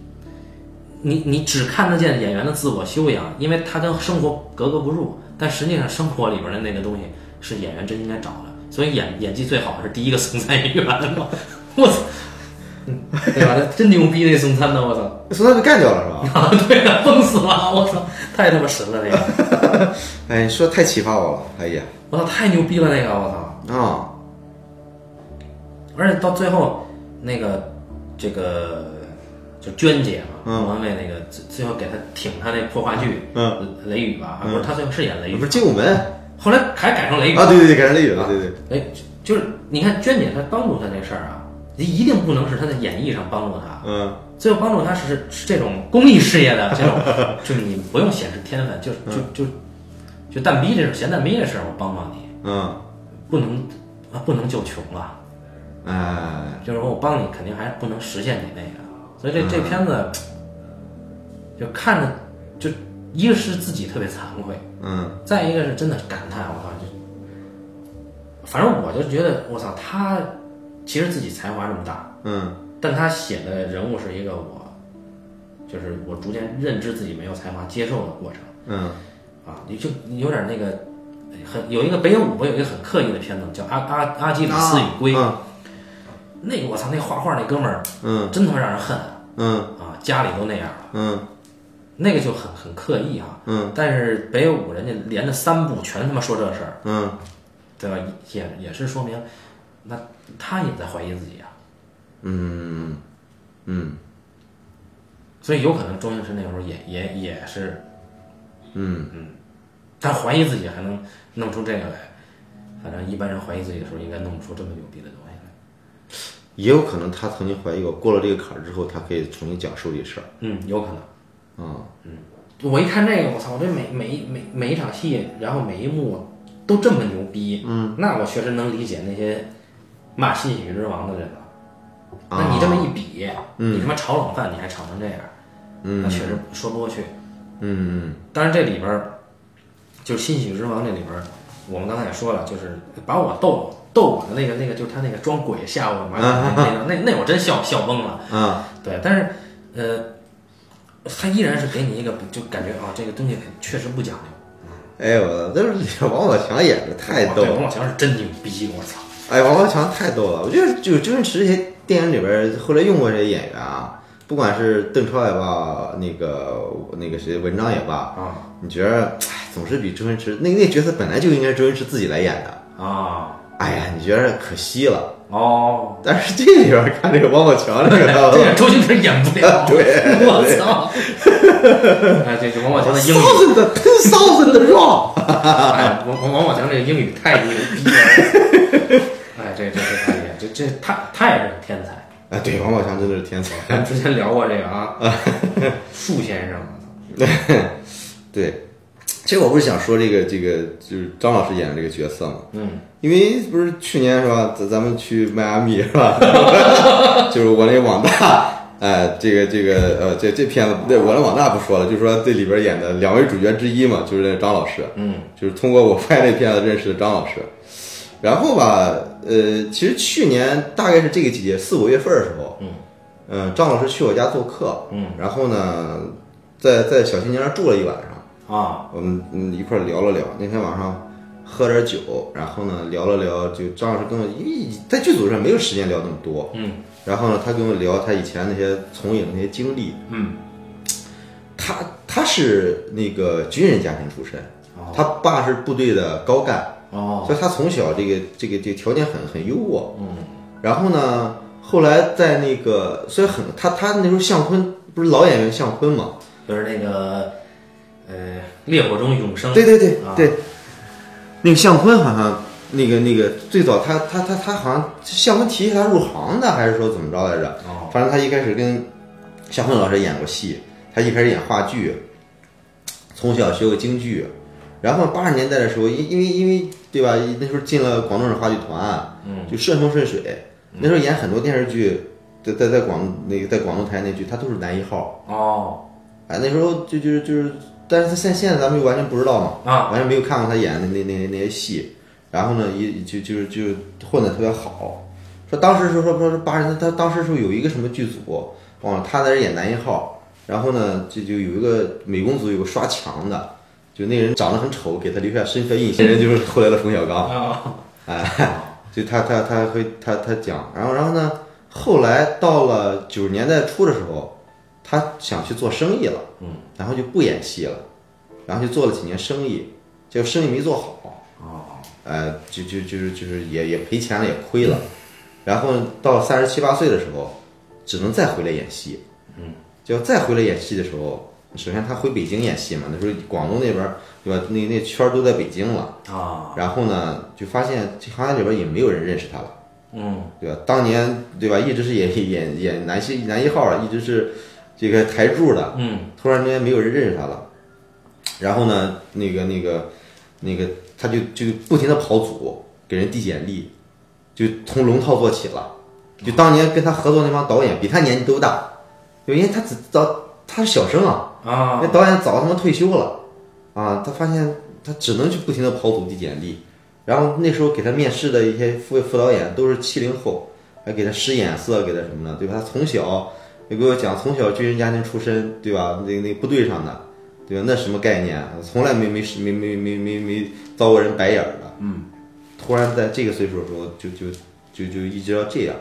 [SPEAKER 2] 你你只看得见演员的自我修养，因为他跟生活格格不入，但实际上生活里边的那个东西是演员真应该找的，所以演演技最好是第一个送餐员嘛，我操，嗯对吧？他真牛逼那送餐的，我操，
[SPEAKER 3] 嗯，所以他被干掉了是吧？
[SPEAKER 2] 啊，对啊， 崩死了，我操，太他妈神了那个，
[SPEAKER 3] 哎，你说太启发我了，哎呀
[SPEAKER 2] 我操，太牛逼了那个，我操。
[SPEAKER 3] 啊，
[SPEAKER 2] 而且到最后，那个这个就娟姐嘛，
[SPEAKER 3] 嗯
[SPEAKER 2] 莫文蔚那个最最后给她挺她那破话剧，
[SPEAKER 3] 嗯
[SPEAKER 2] 雷雨吧，不是她最后是演雷雨
[SPEAKER 3] 不，是精武门，
[SPEAKER 2] 后来还改成雷雨
[SPEAKER 3] 啊，对对对，改成雷雨了，对对。
[SPEAKER 2] 哎，就是你看娟姐她帮助他这事儿啊，一定不能是她在演绎上帮助他，
[SPEAKER 3] 嗯，
[SPEAKER 2] 最后帮助他是是这种公益事业的这种， 就是你不用显示天分，就
[SPEAKER 3] 嗯
[SPEAKER 2] 就就就蛋逼这事儿，闲蛋逼这事儿，我帮帮你，
[SPEAKER 3] 嗯，
[SPEAKER 2] 不能啊不能就穷了，
[SPEAKER 3] 哎，
[SPEAKER 2] 就是说我帮你肯定还不能实现你那个，所以这这片子就看着就一个是自己特别惭愧，
[SPEAKER 3] 嗯
[SPEAKER 2] 再一个是真的感叹，我操，就反正我就觉得我操他其实自己才华这么大，
[SPEAKER 3] 嗯
[SPEAKER 2] 但他写的人物是一个我，就是我逐渐认知自己没有才华、接受的过程
[SPEAKER 3] 嗯
[SPEAKER 2] 啊，你就你有点那个，很有一个北野武不有一个很刻意的片子叫《阿阿阿基里斯与龟》，
[SPEAKER 3] 嗯
[SPEAKER 2] 那个我操，那画画那哥们儿
[SPEAKER 3] 嗯
[SPEAKER 2] 真他妈让人恨
[SPEAKER 3] 嗯
[SPEAKER 2] 啊！家里都那样了，
[SPEAKER 3] 嗯
[SPEAKER 2] 那个就很很刻意哈、
[SPEAKER 3] 嗯
[SPEAKER 2] 但是北野武人家连着三部全他妈说这事儿，
[SPEAKER 3] 嗯
[SPEAKER 2] 对吧？也也是说明，那他也在怀疑自己啊。
[SPEAKER 3] 嗯嗯
[SPEAKER 2] 所以有可能周星驰那时候也也也是
[SPEAKER 3] 嗯
[SPEAKER 2] 他怀疑自己还能弄出这个来，反正一般人怀疑自己的时候，应该弄不出这么牛逼的东西来。
[SPEAKER 3] 也有可能他曾经怀疑过，过了这个坎儿之后，他可以重新讲述这事儿。
[SPEAKER 2] 嗯，有可能。
[SPEAKER 3] 嗯
[SPEAKER 2] 我一看这个，我操！我这每每每每一场戏，然后每一幕都这么牛逼，嗯，那我确实能理解那些骂《新喜剧之王》的人了。
[SPEAKER 3] 啊
[SPEAKER 2] 那你这么一比，
[SPEAKER 3] 嗯
[SPEAKER 2] 你他妈炒冷饭，你还炒成这样，那确实说不过去。
[SPEAKER 3] 嗯
[SPEAKER 2] 当然这里边儿就是《新喜剧之王》这里边儿，我们刚才也说了，就是把我逗逗我的那个那个，就是他那个装鬼吓我嘛，那那那我真笑笑崩了。
[SPEAKER 3] 啊
[SPEAKER 2] 对，但是呃，他依然是给你一个就感觉啊，这个东西确实不讲究。
[SPEAKER 3] 哎呦我操，这是王宝强演的，太逗
[SPEAKER 2] 对
[SPEAKER 3] 了
[SPEAKER 2] 王。宝强是真牛逼，我操！
[SPEAKER 3] 哎，王宝强太逗了！我觉得就周星驰这些电影里边儿后来用过这些演员啊，不管是邓超也罢，那个那个谁文章也罢，
[SPEAKER 2] 啊
[SPEAKER 3] 你觉得哎，总是比周星驰那那角色本来就应该是周星驰自己来演的，
[SPEAKER 2] 啊
[SPEAKER 3] 哎呀，你觉得可惜了。
[SPEAKER 2] 哦，
[SPEAKER 3] 但是这里边儿看这个王宝强这
[SPEAKER 2] 这个
[SPEAKER 3] 个，
[SPEAKER 2] 周星驰演不了，
[SPEAKER 3] 对
[SPEAKER 2] 我 操！哎，对，这王宝强的英语。
[SPEAKER 3] thousand 的 ten thousand 的 wrong，
[SPEAKER 2] 哎，王王王宝强这个英语太牛逼了！哎，这这这太厉害，这这他他也是个天才。
[SPEAKER 3] 啊，对，王宝强真的是天才，
[SPEAKER 2] 咱们之前聊过这个啊，树先生，
[SPEAKER 3] 对。其实我不是想说这个这个就是张老师演的这个角色嘛，
[SPEAKER 2] 嗯，
[SPEAKER 3] 因为不是去年是吧？咱咱们去迈阿密是吧？ 就是我那网大，呃，这个这个呃，这这片子对我那网大不说了，就是说这里边演的两位主角之一嘛，就是那张老师，
[SPEAKER 2] 嗯，
[SPEAKER 3] 就是通过我拍那片子认识的张老师。然后吧，呃，其实去年大概是这个季节，四五月份的时候，
[SPEAKER 2] 嗯，
[SPEAKER 3] 呃，张老师去我家做客，
[SPEAKER 2] 嗯，
[SPEAKER 3] 然后呢，在在小青年那儿住了一晚上，
[SPEAKER 2] 啊，
[SPEAKER 3] 我们嗯一块儿聊了聊。那天晚上喝点酒，然后呢聊了聊，就张老师跟我，因为在剧组上没有时间聊那么多。
[SPEAKER 2] 嗯
[SPEAKER 3] 然后呢，他跟我聊他以前那些从影的那些经历。
[SPEAKER 2] 嗯，
[SPEAKER 3] 他他是那个军人家庭出身，
[SPEAKER 2] 哦
[SPEAKER 3] 他爸是部队的高干，
[SPEAKER 2] 哦，
[SPEAKER 3] 所以他从小这个这个这个条件很很优渥。
[SPEAKER 2] 嗯
[SPEAKER 3] 然后呢，后来在那个，所以很他他那时候向坤不是老演员向坤嘛，
[SPEAKER 2] 就是那个呃，烈火中永生，
[SPEAKER 3] 对对对
[SPEAKER 2] 啊
[SPEAKER 3] 对，那个向坤好像那个那个最早他他他他好像向坤提起他入行的，还是说怎么着来着？
[SPEAKER 2] 哦，
[SPEAKER 3] 反正他一开始跟向坤老师演过戏，他一开始演话剧，从小学过京剧，然后八十年代的时候，因因为因为对吧，那时候进了广东省话剧团，
[SPEAKER 2] 嗯
[SPEAKER 3] 就顺风顺水。那时候演很多电视剧，在在在广那个在广东台那剧，他都是男一号。
[SPEAKER 2] 哦
[SPEAKER 3] 哎，那时候就就是就是，但是他现现在咱们就完全不知道嘛。
[SPEAKER 2] 啊，
[SPEAKER 3] 完全没有看过他演的那那那那些戏，然后呢，一就就就混得特别好。说当时说说说八人，他当时是有一个什么剧组，忘了，他在这演男一号，然后呢，就就有一个美工组有个刷墙的，就那人长得很丑，给他留下深刻印象，那人就是后来的冯小刚，
[SPEAKER 2] 啊，
[SPEAKER 3] 哎，就他他他会他他讲，然后然后呢，后来到了九十年代初的时候，他想去做生意了。
[SPEAKER 2] 嗯
[SPEAKER 3] 然后就不演戏了，然后就做了几年生意，结果生意没做好，
[SPEAKER 2] 哦，
[SPEAKER 3] 呃，就就就是就是也也赔钱了，也亏了，
[SPEAKER 2] 嗯
[SPEAKER 3] 然后到三十七八岁的时候，只能再回来演戏，
[SPEAKER 2] 嗯，
[SPEAKER 3] 结果再回来演戏的时候，首先他回北京演戏嘛，那时候广东那边儿对吧，那那圈儿都在北京了。
[SPEAKER 2] 啊，
[SPEAKER 3] 然后呢，就发现这行业里边也没有人认识他了，
[SPEAKER 2] 嗯，
[SPEAKER 3] 对吧？当年对吧，一直是演 演演男戏男一号，一直是这个台柱的，
[SPEAKER 2] 嗯，
[SPEAKER 3] 突然之间没有人认识他了。然后呢，那个那个那个，他就就不停的跑组，给人递简历，就从龙套做起了。就当年跟他合作那帮导演，比他年纪都大，因为他只早他是小生啊，
[SPEAKER 2] 啊
[SPEAKER 3] 那，导演早他妈退休了啊。他发现他只能去不停的跑组递简历，然后那时候给他面试的一些副副导演都是七零后，还给他使眼色，给他什么的，对吧？他从小就给我讲，从小军人家庭出身，对吧？那那部队上的，对吧？那什么概念啊？从来没没没没没没没遭过人白眼儿的。
[SPEAKER 2] 嗯，
[SPEAKER 3] 突然在这个岁数的时候，就就就就一直要这样，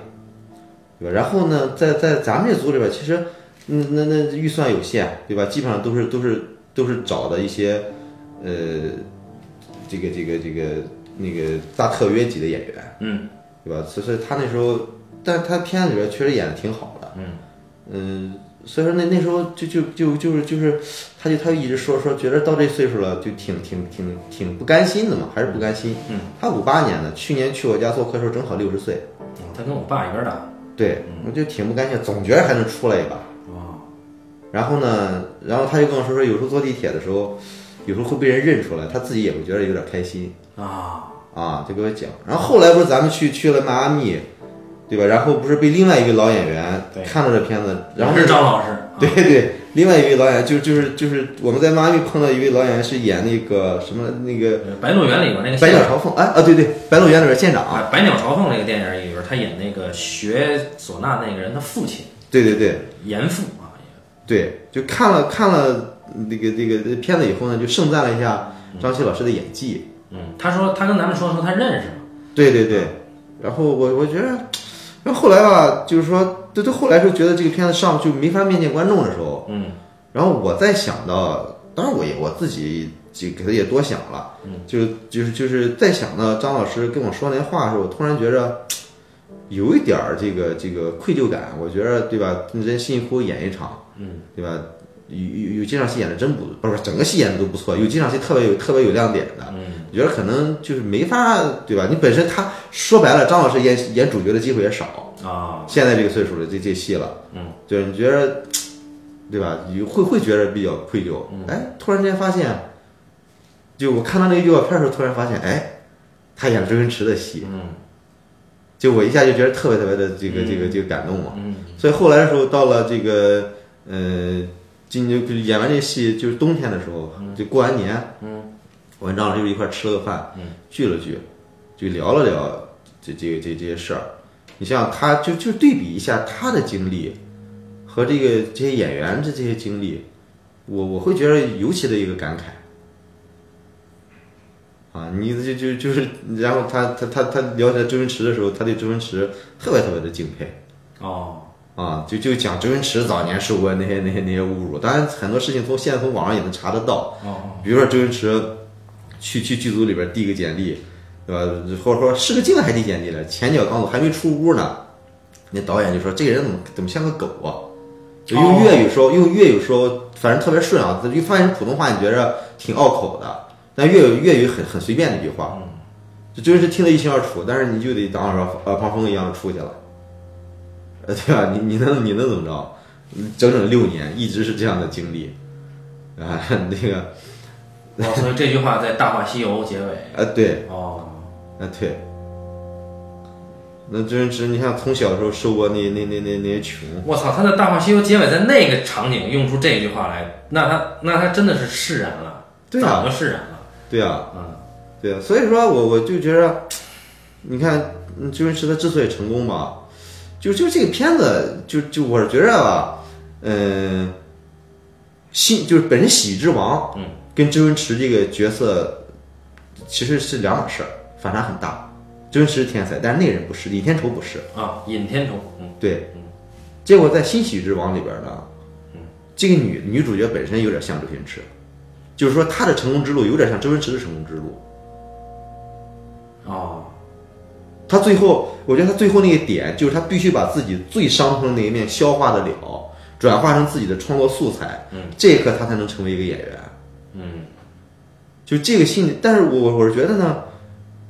[SPEAKER 3] 对吧？然后呢，在在咱们这组里边，其实嗯那那预算有限，对吧？基本上都是都是都是找的一些呃这个这个这个那个大特约级的演员，
[SPEAKER 2] 嗯，
[SPEAKER 3] 对吧？所以所以他那时候，但是他片子里边确实演的挺好的，
[SPEAKER 2] 嗯
[SPEAKER 3] 嗯所以说那那时候就就就就是就是，他就他就一直说说，觉得到这岁数了就挺挺挺挺不甘心的嘛，还是不甘心。
[SPEAKER 2] 嗯，
[SPEAKER 3] 他五八年的，去年去我家做客的时候正好六十岁，
[SPEAKER 2] 哦他跟我爸一边大，
[SPEAKER 3] 对，我就挺不甘心，总觉得还能出来一把。
[SPEAKER 2] 啊，
[SPEAKER 3] 然后呢，然后他就跟我说说，有时候坐地铁的时候，有时候会被人认出来，他自己也会觉得有点开心。
[SPEAKER 2] 啊，
[SPEAKER 3] 啊，就给我讲。然后后来不是咱们去去了迈阿密，对吧？然后不是被另外一个老演员
[SPEAKER 2] 对
[SPEAKER 3] 看到这片子，然后
[SPEAKER 2] 是张老师，啊
[SPEAKER 3] 对对，另外一位老演员就就是就是我们在迈阿密碰到一位老演员是演那个什么那个
[SPEAKER 2] 呃《白鹿原》里边那个
[SPEAKER 3] 《百鸟
[SPEAKER 2] 县
[SPEAKER 3] 朝凤》哎啊对对，《白鹿原》里边县长，
[SPEAKER 2] 啊，《百鸟朝凤》这个电影里边，他演那个学唢呐那个人，他父亲
[SPEAKER 3] 对对对
[SPEAKER 2] 严父啊，
[SPEAKER 3] 对，就看了看了那个这个片子以后呢，就盛赞了一下张琪老师的演技。
[SPEAKER 2] 嗯，他说他跟咱们说说他认识嘛，
[SPEAKER 3] 对对对，然后我我觉得，然后后来吧，就是说，对对，后来就觉得这个片子上就没法面见观众的时候，
[SPEAKER 2] 嗯，
[SPEAKER 3] 然后我再想到，当然我也我自己就可能也多想了，
[SPEAKER 2] 嗯，
[SPEAKER 3] 就就是就是再想到张老师跟我说那话的时候，我突然觉着有一点儿这个这个愧疚感，我觉着对吧，人辛辛苦苦演一场，
[SPEAKER 2] 嗯，
[SPEAKER 3] 对吧？有有有几场戏演的真不不是整个戏演的都不错，有几场戏特别有特别有亮点的，
[SPEAKER 2] 嗯，
[SPEAKER 3] 我觉得可能就是没法对吧？你本身他说白了，张老师演演主角的机会也少，
[SPEAKER 2] 啊，
[SPEAKER 3] 现在这个岁数了，这这戏了，
[SPEAKER 2] 嗯，
[SPEAKER 3] 对，你觉得，对吧？你会会觉得比较愧疚，哎，突然之间发现，就我看到那个预告片的时候，突然发现，哎，他演了周星驰的戏，
[SPEAKER 2] 嗯
[SPEAKER 3] 就我一下就觉得特别特别的这个、
[SPEAKER 2] 嗯
[SPEAKER 3] 这个这个感动嘛。
[SPEAKER 2] 嗯
[SPEAKER 3] 所以后来的时候，到了这个呃，今年就是演完这戏，就是冬天的时候，就过完年，
[SPEAKER 2] 嗯，
[SPEAKER 3] 我跟张老师就一块儿吃了个饭，
[SPEAKER 2] 嗯，
[SPEAKER 3] 聚了聚，就聊了聊这这这这些事儿。你像他就就对比一下他的经历和这个这些演员的这些经历，我我会觉得尤其的一个感慨。啊，你就就就是，然后他他他他聊起来周星驰的时候，他对周星驰特别特别的敬佩。
[SPEAKER 2] 哦，
[SPEAKER 3] 啊，就就讲周星驰早年受过那些那些那些侮辱，当然很多事情从现在从网上也能查得到，
[SPEAKER 2] 哦，
[SPEAKER 3] 比如说周星驰去去剧组里边递个简历，对吧？或者说试个镜还递简历了，前脚刚走还没出屋呢，那导演就说这个人怎么怎么像个狗啊？就用粤语说，用粤语说，反正特别顺啊。就发现普通话你觉着挺拗口的，但粤语粤语很很随便的一句话，就周星驰听得一清二楚，但是你就得当耳耳旁风一样出去了。呃，对吧？你你能你能怎么着？整整六年一直是这样的经历，啊， 那个
[SPEAKER 2] 哦，所以这句话在《大话西游》结尾，
[SPEAKER 3] 啊，对
[SPEAKER 2] 哦，
[SPEAKER 3] 啊对。那周星驰，你看从小的时候受过那那那那那些穷，
[SPEAKER 2] 我操，他在《大话西游》结尾在那个场景用出这句话来，那他那他真的是释然了，
[SPEAKER 3] 对啊
[SPEAKER 2] 早就释然了，
[SPEAKER 3] 对啊，
[SPEAKER 2] 嗯
[SPEAKER 3] 对啊，所以说我我就觉着，你看嗯周星驰他之所以成功吧，就就这个片子，就就我是觉着吧，嗯、喜就是本身《喜之王》
[SPEAKER 2] 嗯
[SPEAKER 3] 跟周星驰这个角色其实是两码事儿，反差很大。周星驰是天才，但是那个人不是，李天仇不是。
[SPEAKER 2] 啊，尹天仇，嗯
[SPEAKER 3] 对
[SPEAKER 2] 嗯，
[SPEAKER 3] 结果在《新喜剧之王》里边呢，这个女女主角本身有点像周星驰，就是说她的成功之路有点像周星驰的成功之路。
[SPEAKER 2] 哦，
[SPEAKER 3] 他最后，我觉得他最后那个点就是他必须把自己最伤痛的那一面消化得了，转化成自己的创作素材，
[SPEAKER 2] 嗯，
[SPEAKER 3] 这一刻他才能成为一个演员，
[SPEAKER 2] 嗯
[SPEAKER 3] 就这个心理。但是我我是觉得呢，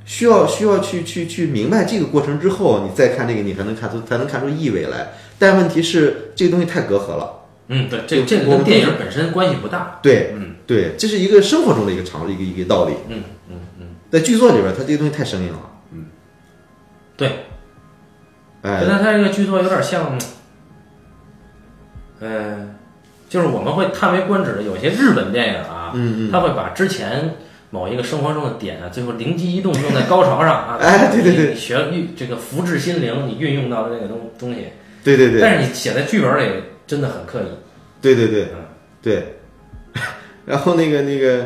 [SPEAKER 3] 需要需要去去去明白这个过程之后，你再看这个，你才能看出才能看出意味来。但问题是，这个东西太隔阂了，
[SPEAKER 2] 嗯，对，这个这个
[SPEAKER 3] 我
[SPEAKER 2] 跟
[SPEAKER 3] 们
[SPEAKER 2] 电影本身关系不大。
[SPEAKER 3] 对
[SPEAKER 2] 嗯
[SPEAKER 3] 对，这是一个生活中的一个常一个一个道理。
[SPEAKER 2] 嗯嗯嗯，
[SPEAKER 3] 在剧作里边，它这个东西太生硬了，
[SPEAKER 2] 对，
[SPEAKER 3] 哎，
[SPEAKER 2] 但它这个剧作有点像，呃，就是我们会叹为观止的，有些日本电影啊，
[SPEAKER 3] 嗯嗯。
[SPEAKER 2] 他会把之前某一个生活中的点啊，最后灵机一动用在高潮上啊
[SPEAKER 3] 哎对对对
[SPEAKER 2] 你你学运这个福至心灵，你运用到的这个东东西，
[SPEAKER 3] 对对对，
[SPEAKER 2] 但是你写在剧本里真的很刻意。
[SPEAKER 3] 对对对
[SPEAKER 2] 嗯
[SPEAKER 3] 对。 然后那个那个，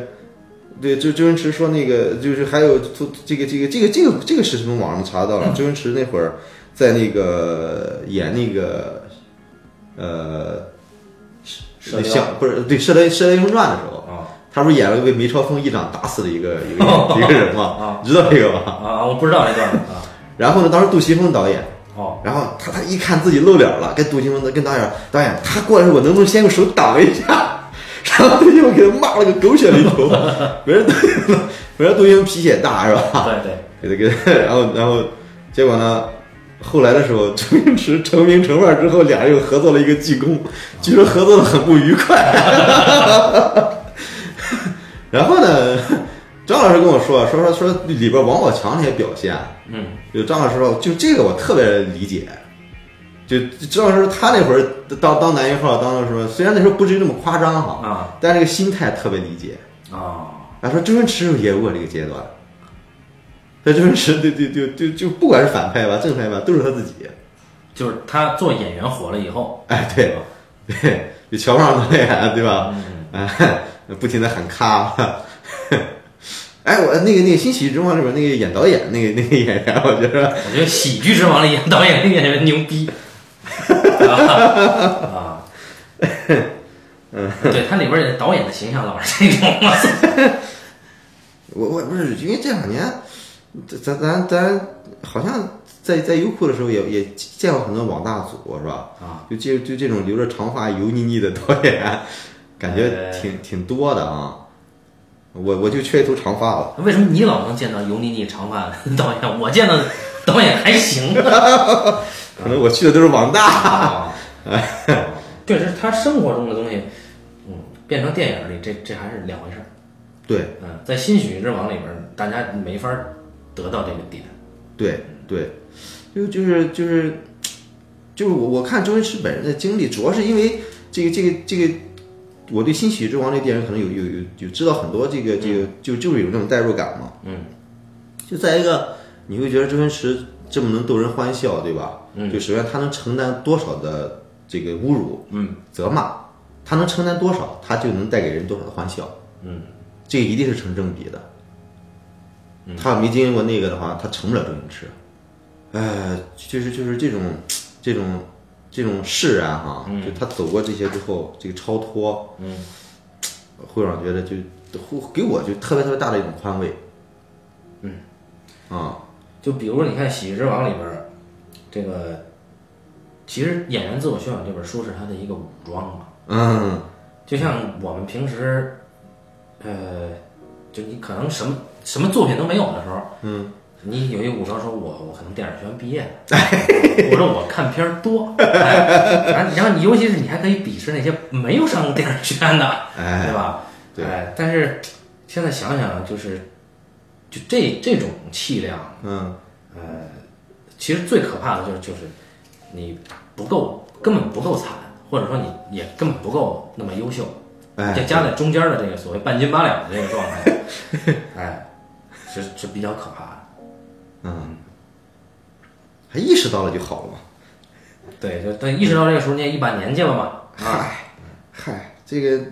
[SPEAKER 3] 对周周星驰说那个就是还有这这个这个这个这个这个是从网上查到
[SPEAKER 2] 嗯
[SPEAKER 3] 了，周星驰那会儿在那个演那个呃
[SPEAKER 2] 射
[SPEAKER 3] 那
[SPEAKER 2] 雕
[SPEAKER 3] 像不是对《射雕射雕英雄传》的时候，
[SPEAKER 2] 啊
[SPEAKER 3] 他不是演了个被梅超风一掌打死的一个一个 一个人吗？
[SPEAKER 2] 啊
[SPEAKER 3] 你知道这个吗？
[SPEAKER 2] 啊！我不知道这段啊。
[SPEAKER 3] 然后呢，当时杜琪峰导演，
[SPEAKER 2] 哦，
[SPEAKER 3] 然后他他一看自己露脸了，跟杜琪峰的跟导演导演，他过来时候我能不能先用手挡一下？ 然后杜琪峰给他骂了个狗血淋头， 没人杜琪峰，没人杜琪峰脾气也大是吧？
[SPEAKER 2] 对对，
[SPEAKER 3] 给他给他，然后然后结果呢？后来的时候， 周星驰成名成腕之后，俩人又合作了一个济公，据说合作的很不愉快。 然后呢，张老师跟我说说说说里边王宝强那些表现，啊
[SPEAKER 2] 嗯
[SPEAKER 3] 就张老师说，就这个我特别理解。就张老师他那会儿当当男一号，当什么，虽然那时候不至于那么夸张哈，
[SPEAKER 2] 啊
[SPEAKER 3] 但这个心态特别理解。
[SPEAKER 2] 啊
[SPEAKER 3] 他说周星驰也有过这个阶段，但周星驰对对对就就不管是反派吧，正派吧，都是他自己。
[SPEAKER 2] 就是他做演员火了以后，
[SPEAKER 3] 哎，对 对，就乔布斯那样，对吧？
[SPEAKER 2] 嗯
[SPEAKER 3] 哎，不停的喊咔。 哎，我那个那个《新喜剧之王》里边那个演导演那个那个演员，我觉得
[SPEAKER 2] 我觉得《喜剧之王》里演导演跟演员牛逼。啊，嗯，对，他里边儿导演的形象老是这种嘛。
[SPEAKER 3] 我我不是因为这两年，咱咱咱好像在在优酷的时候也也见过很多网大组是吧？
[SPEAKER 2] 啊，
[SPEAKER 3] 就这就这种留着长发油腻腻的导演，感觉
[SPEAKER 2] 哎
[SPEAKER 3] 挺挺多的啊。我我就缺一头长发了，
[SPEAKER 2] 为什么你老能见到油腻腻长发的导演，我见到的导演还行？
[SPEAKER 3] 可能我去的都是网大。
[SPEAKER 2] 啊， 确实，他生活中的东西，嗯，变成电影里，这这还是两回事儿。
[SPEAKER 3] 对
[SPEAKER 2] 嗯，在《新喜剧之王》里边儿，大家没法儿得到这个点。
[SPEAKER 3] 对对，就就是就是就是我我看周星驰本人的经历，主要是因为这个这个这个，我对《新喜剧之王》这个电影可能有有有有知道很多这个这个就就是有那种代入感嘛。
[SPEAKER 2] 嗯
[SPEAKER 3] 就再一个，你会觉得周星驰这么能逗人欢笑，对吧？
[SPEAKER 2] 嗯
[SPEAKER 3] 就首先他能承担多少的这个侮辱、
[SPEAKER 2] 嗯
[SPEAKER 3] 责骂，他能承担多少，他就能带给人多少的欢笑，
[SPEAKER 2] 嗯
[SPEAKER 3] 这个一定是成正比的。他要没经历过那个的话，他成不了周星驰。呃，就是就是这种这种这种释然哈，
[SPEAKER 2] 嗯
[SPEAKER 3] 就他走过这些之后，这个超脱
[SPEAKER 2] 嗯
[SPEAKER 3] 会让我觉得就会给我就特别特别大的一种宽慰。
[SPEAKER 2] 嗯
[SPEAKER 3] 啊、
[SPEAKER 2] 就比如你看《喜剧之王》里边儿，这个其实《演员自我修养》这本书是他的一个武装嘛，
[SPEAKER 3] 嗯。
[SPEAKER 2] 就像我们平时，呃，就你可能什么什么作品都没有的时候，
[SPEAKER 3] 嗯，
[SPEAKER 2] 你有一武装说我我可能电影学院毕业的， 或者我看片儿多，哎然后然后你尤其是你还可以鄙视那些没有上过电影学院的，
[SPEAKER 3] 哎
[SPEAKER 2] 对吧？
[SPEAKER 3] 对
[SPEAKER 2] 哎，但是现在想想就是，就这这种气量。
[SPEAKER 3] 嗯
[SPEAKER 2] 呃，其实最可怕的就是就是你不够，根本不够惨，或者说你也根本不够那么优秀，，
[SPEAKER 3] 哎，
[SPEAKER 2] 再加在中间的这个所谓半斤八两的这个状态，哎，是是比较可怕的。
[SPEAKER 3] 嗯，还意识到了就好了嘛。
[SPEAKER 2] 对，就但意识到这个时候，你也一把年纪了嘛，啊，
[SPEAKER 3] 嗨嗨，这个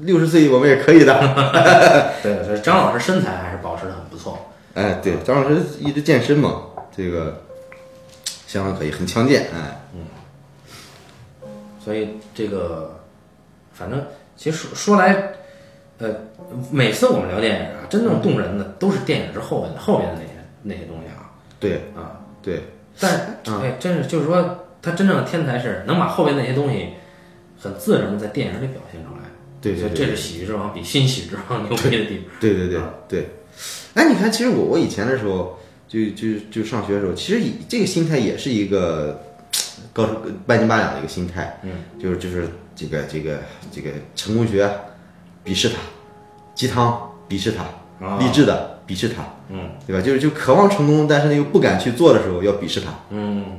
[SPEAKER 3] 六十岁我们也可以的。
[SPEAKER 2] 对，所以张老师身材还是保持的很不错，
[SPEAKER 3] 哎，对，张老师一直健身嘛，这个相当可以，很强健。哎，
[SPEAKER 2] 所以这个反正其实说说来，呃，每次我们聊电影啊，真正动人的都是电影之后后边的那些那些东西啊，
[SPEAKER 3] 对
[SPEAKER 2] 啊，
[SPEAKER 3] 对，
[SPEAKER 2] 但是
[SPEAKER 3] 嗯
[SPEAKER 2] 哎，真是就是说，他真正的天才是能把后边那些东西很自然的在电影里表现出来。
[SPEAKER 3] 对对
[SPEAKER 2] 所以
[SPEAKER 3] 对
[SPEAKER 2] 这是喜剧之王比新喜剧之王牛逼的地方。
[SPEAKER 3] 对对对对。哎，你看，其实我我以前的时候，就就就上学的时候，其实以这个心态也是一个嘖高半斤八两的一个心态，
[SPEAKER 2] 嗯，
[SPEAKER 3] 就是就是这个这个这个成功学鄙视它，鸡汤鄙视它，
[SPEAKER 2] 啊
[SPEAKER 3] 励志的鄙视它，
[SPEAKER 2] 嗯
[SPEAKER 3] 对吧？就是就渴望成功，但是呢又不敢去做的时候，要鄙视它。
[SPEAKER 2] 嗯，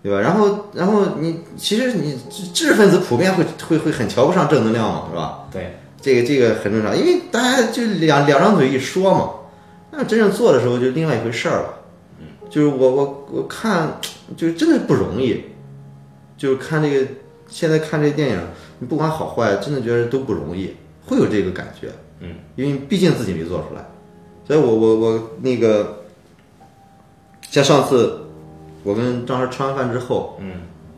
[SPEAKER 3] 对吧？然后，然后你其实你知知识分子普遍会会会很瞧不上正能量嘛，是吧？
[SPEAKER 2] 嗯对，
[SPEAKER 3] 这个这个很正常，因为大家就两两张嘴一说嘛，那真正做的时候就另外一回事儿了。就是我我我看，就是真的不容易，就是看这个现在看这个电影，你不管好坏，真的觉得都不容易，会有这个感觉。
[SPEAKER 2] 嗯，
[SPEAKER 3] 因为毕竟自己没做出来，所以我我我那个，像上次我跟张孩吃完饭之后，
[SPEAKER 2] 嗯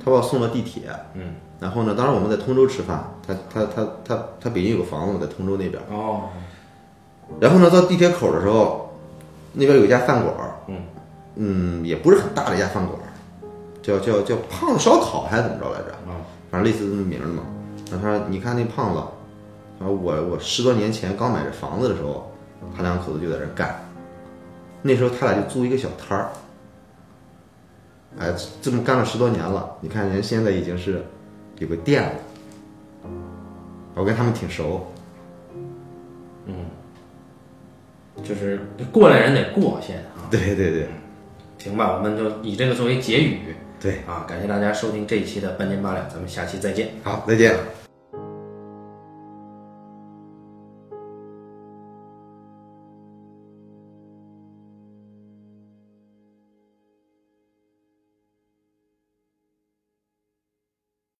[SPEAKER 3] 他把我送到地铁，
[SPEAKER 2] 嗯，
[SPEAKER 3] 然后呢，当时我们在通州吃饭，他他他他他北京有个房子，我在通州那边。
[SPEAKER 2] 哦，
[SPEAKER 3] 然后呢，到地铁口的时候，那边有一家饭馆儿，
[SPEAKER 2] 嗯
[SPEAKER 3] 嗯，也不是很大的一家饭馆儿，叫叫叫胖子烧烤还是怎么着来着？
[SPEAKER 2] 啊，
[SPEAKER 3] 反正类似这么名儿的嘛。然后他说：“你看那胖子，他说我我十多年前刚买这房子的时候，他两口子就在这儿干。那时候他俩就租一个小摊儿，哎，这么干了十多年了，你看人现在已经是有个店了。我跟他们挺熟，
[SPEAKER 2] 就是过来人得过先啊。
[SPEAKER 3] 对对对
[SPEAKER 2] 行吧，我们就以这个作为结语
[SPEAKER 3] 对，
[SPEAKER 2] 啊，感谢大家收听这一期的半斤八两，咱们下期再见。
[SPEAKER 3] 好，再见。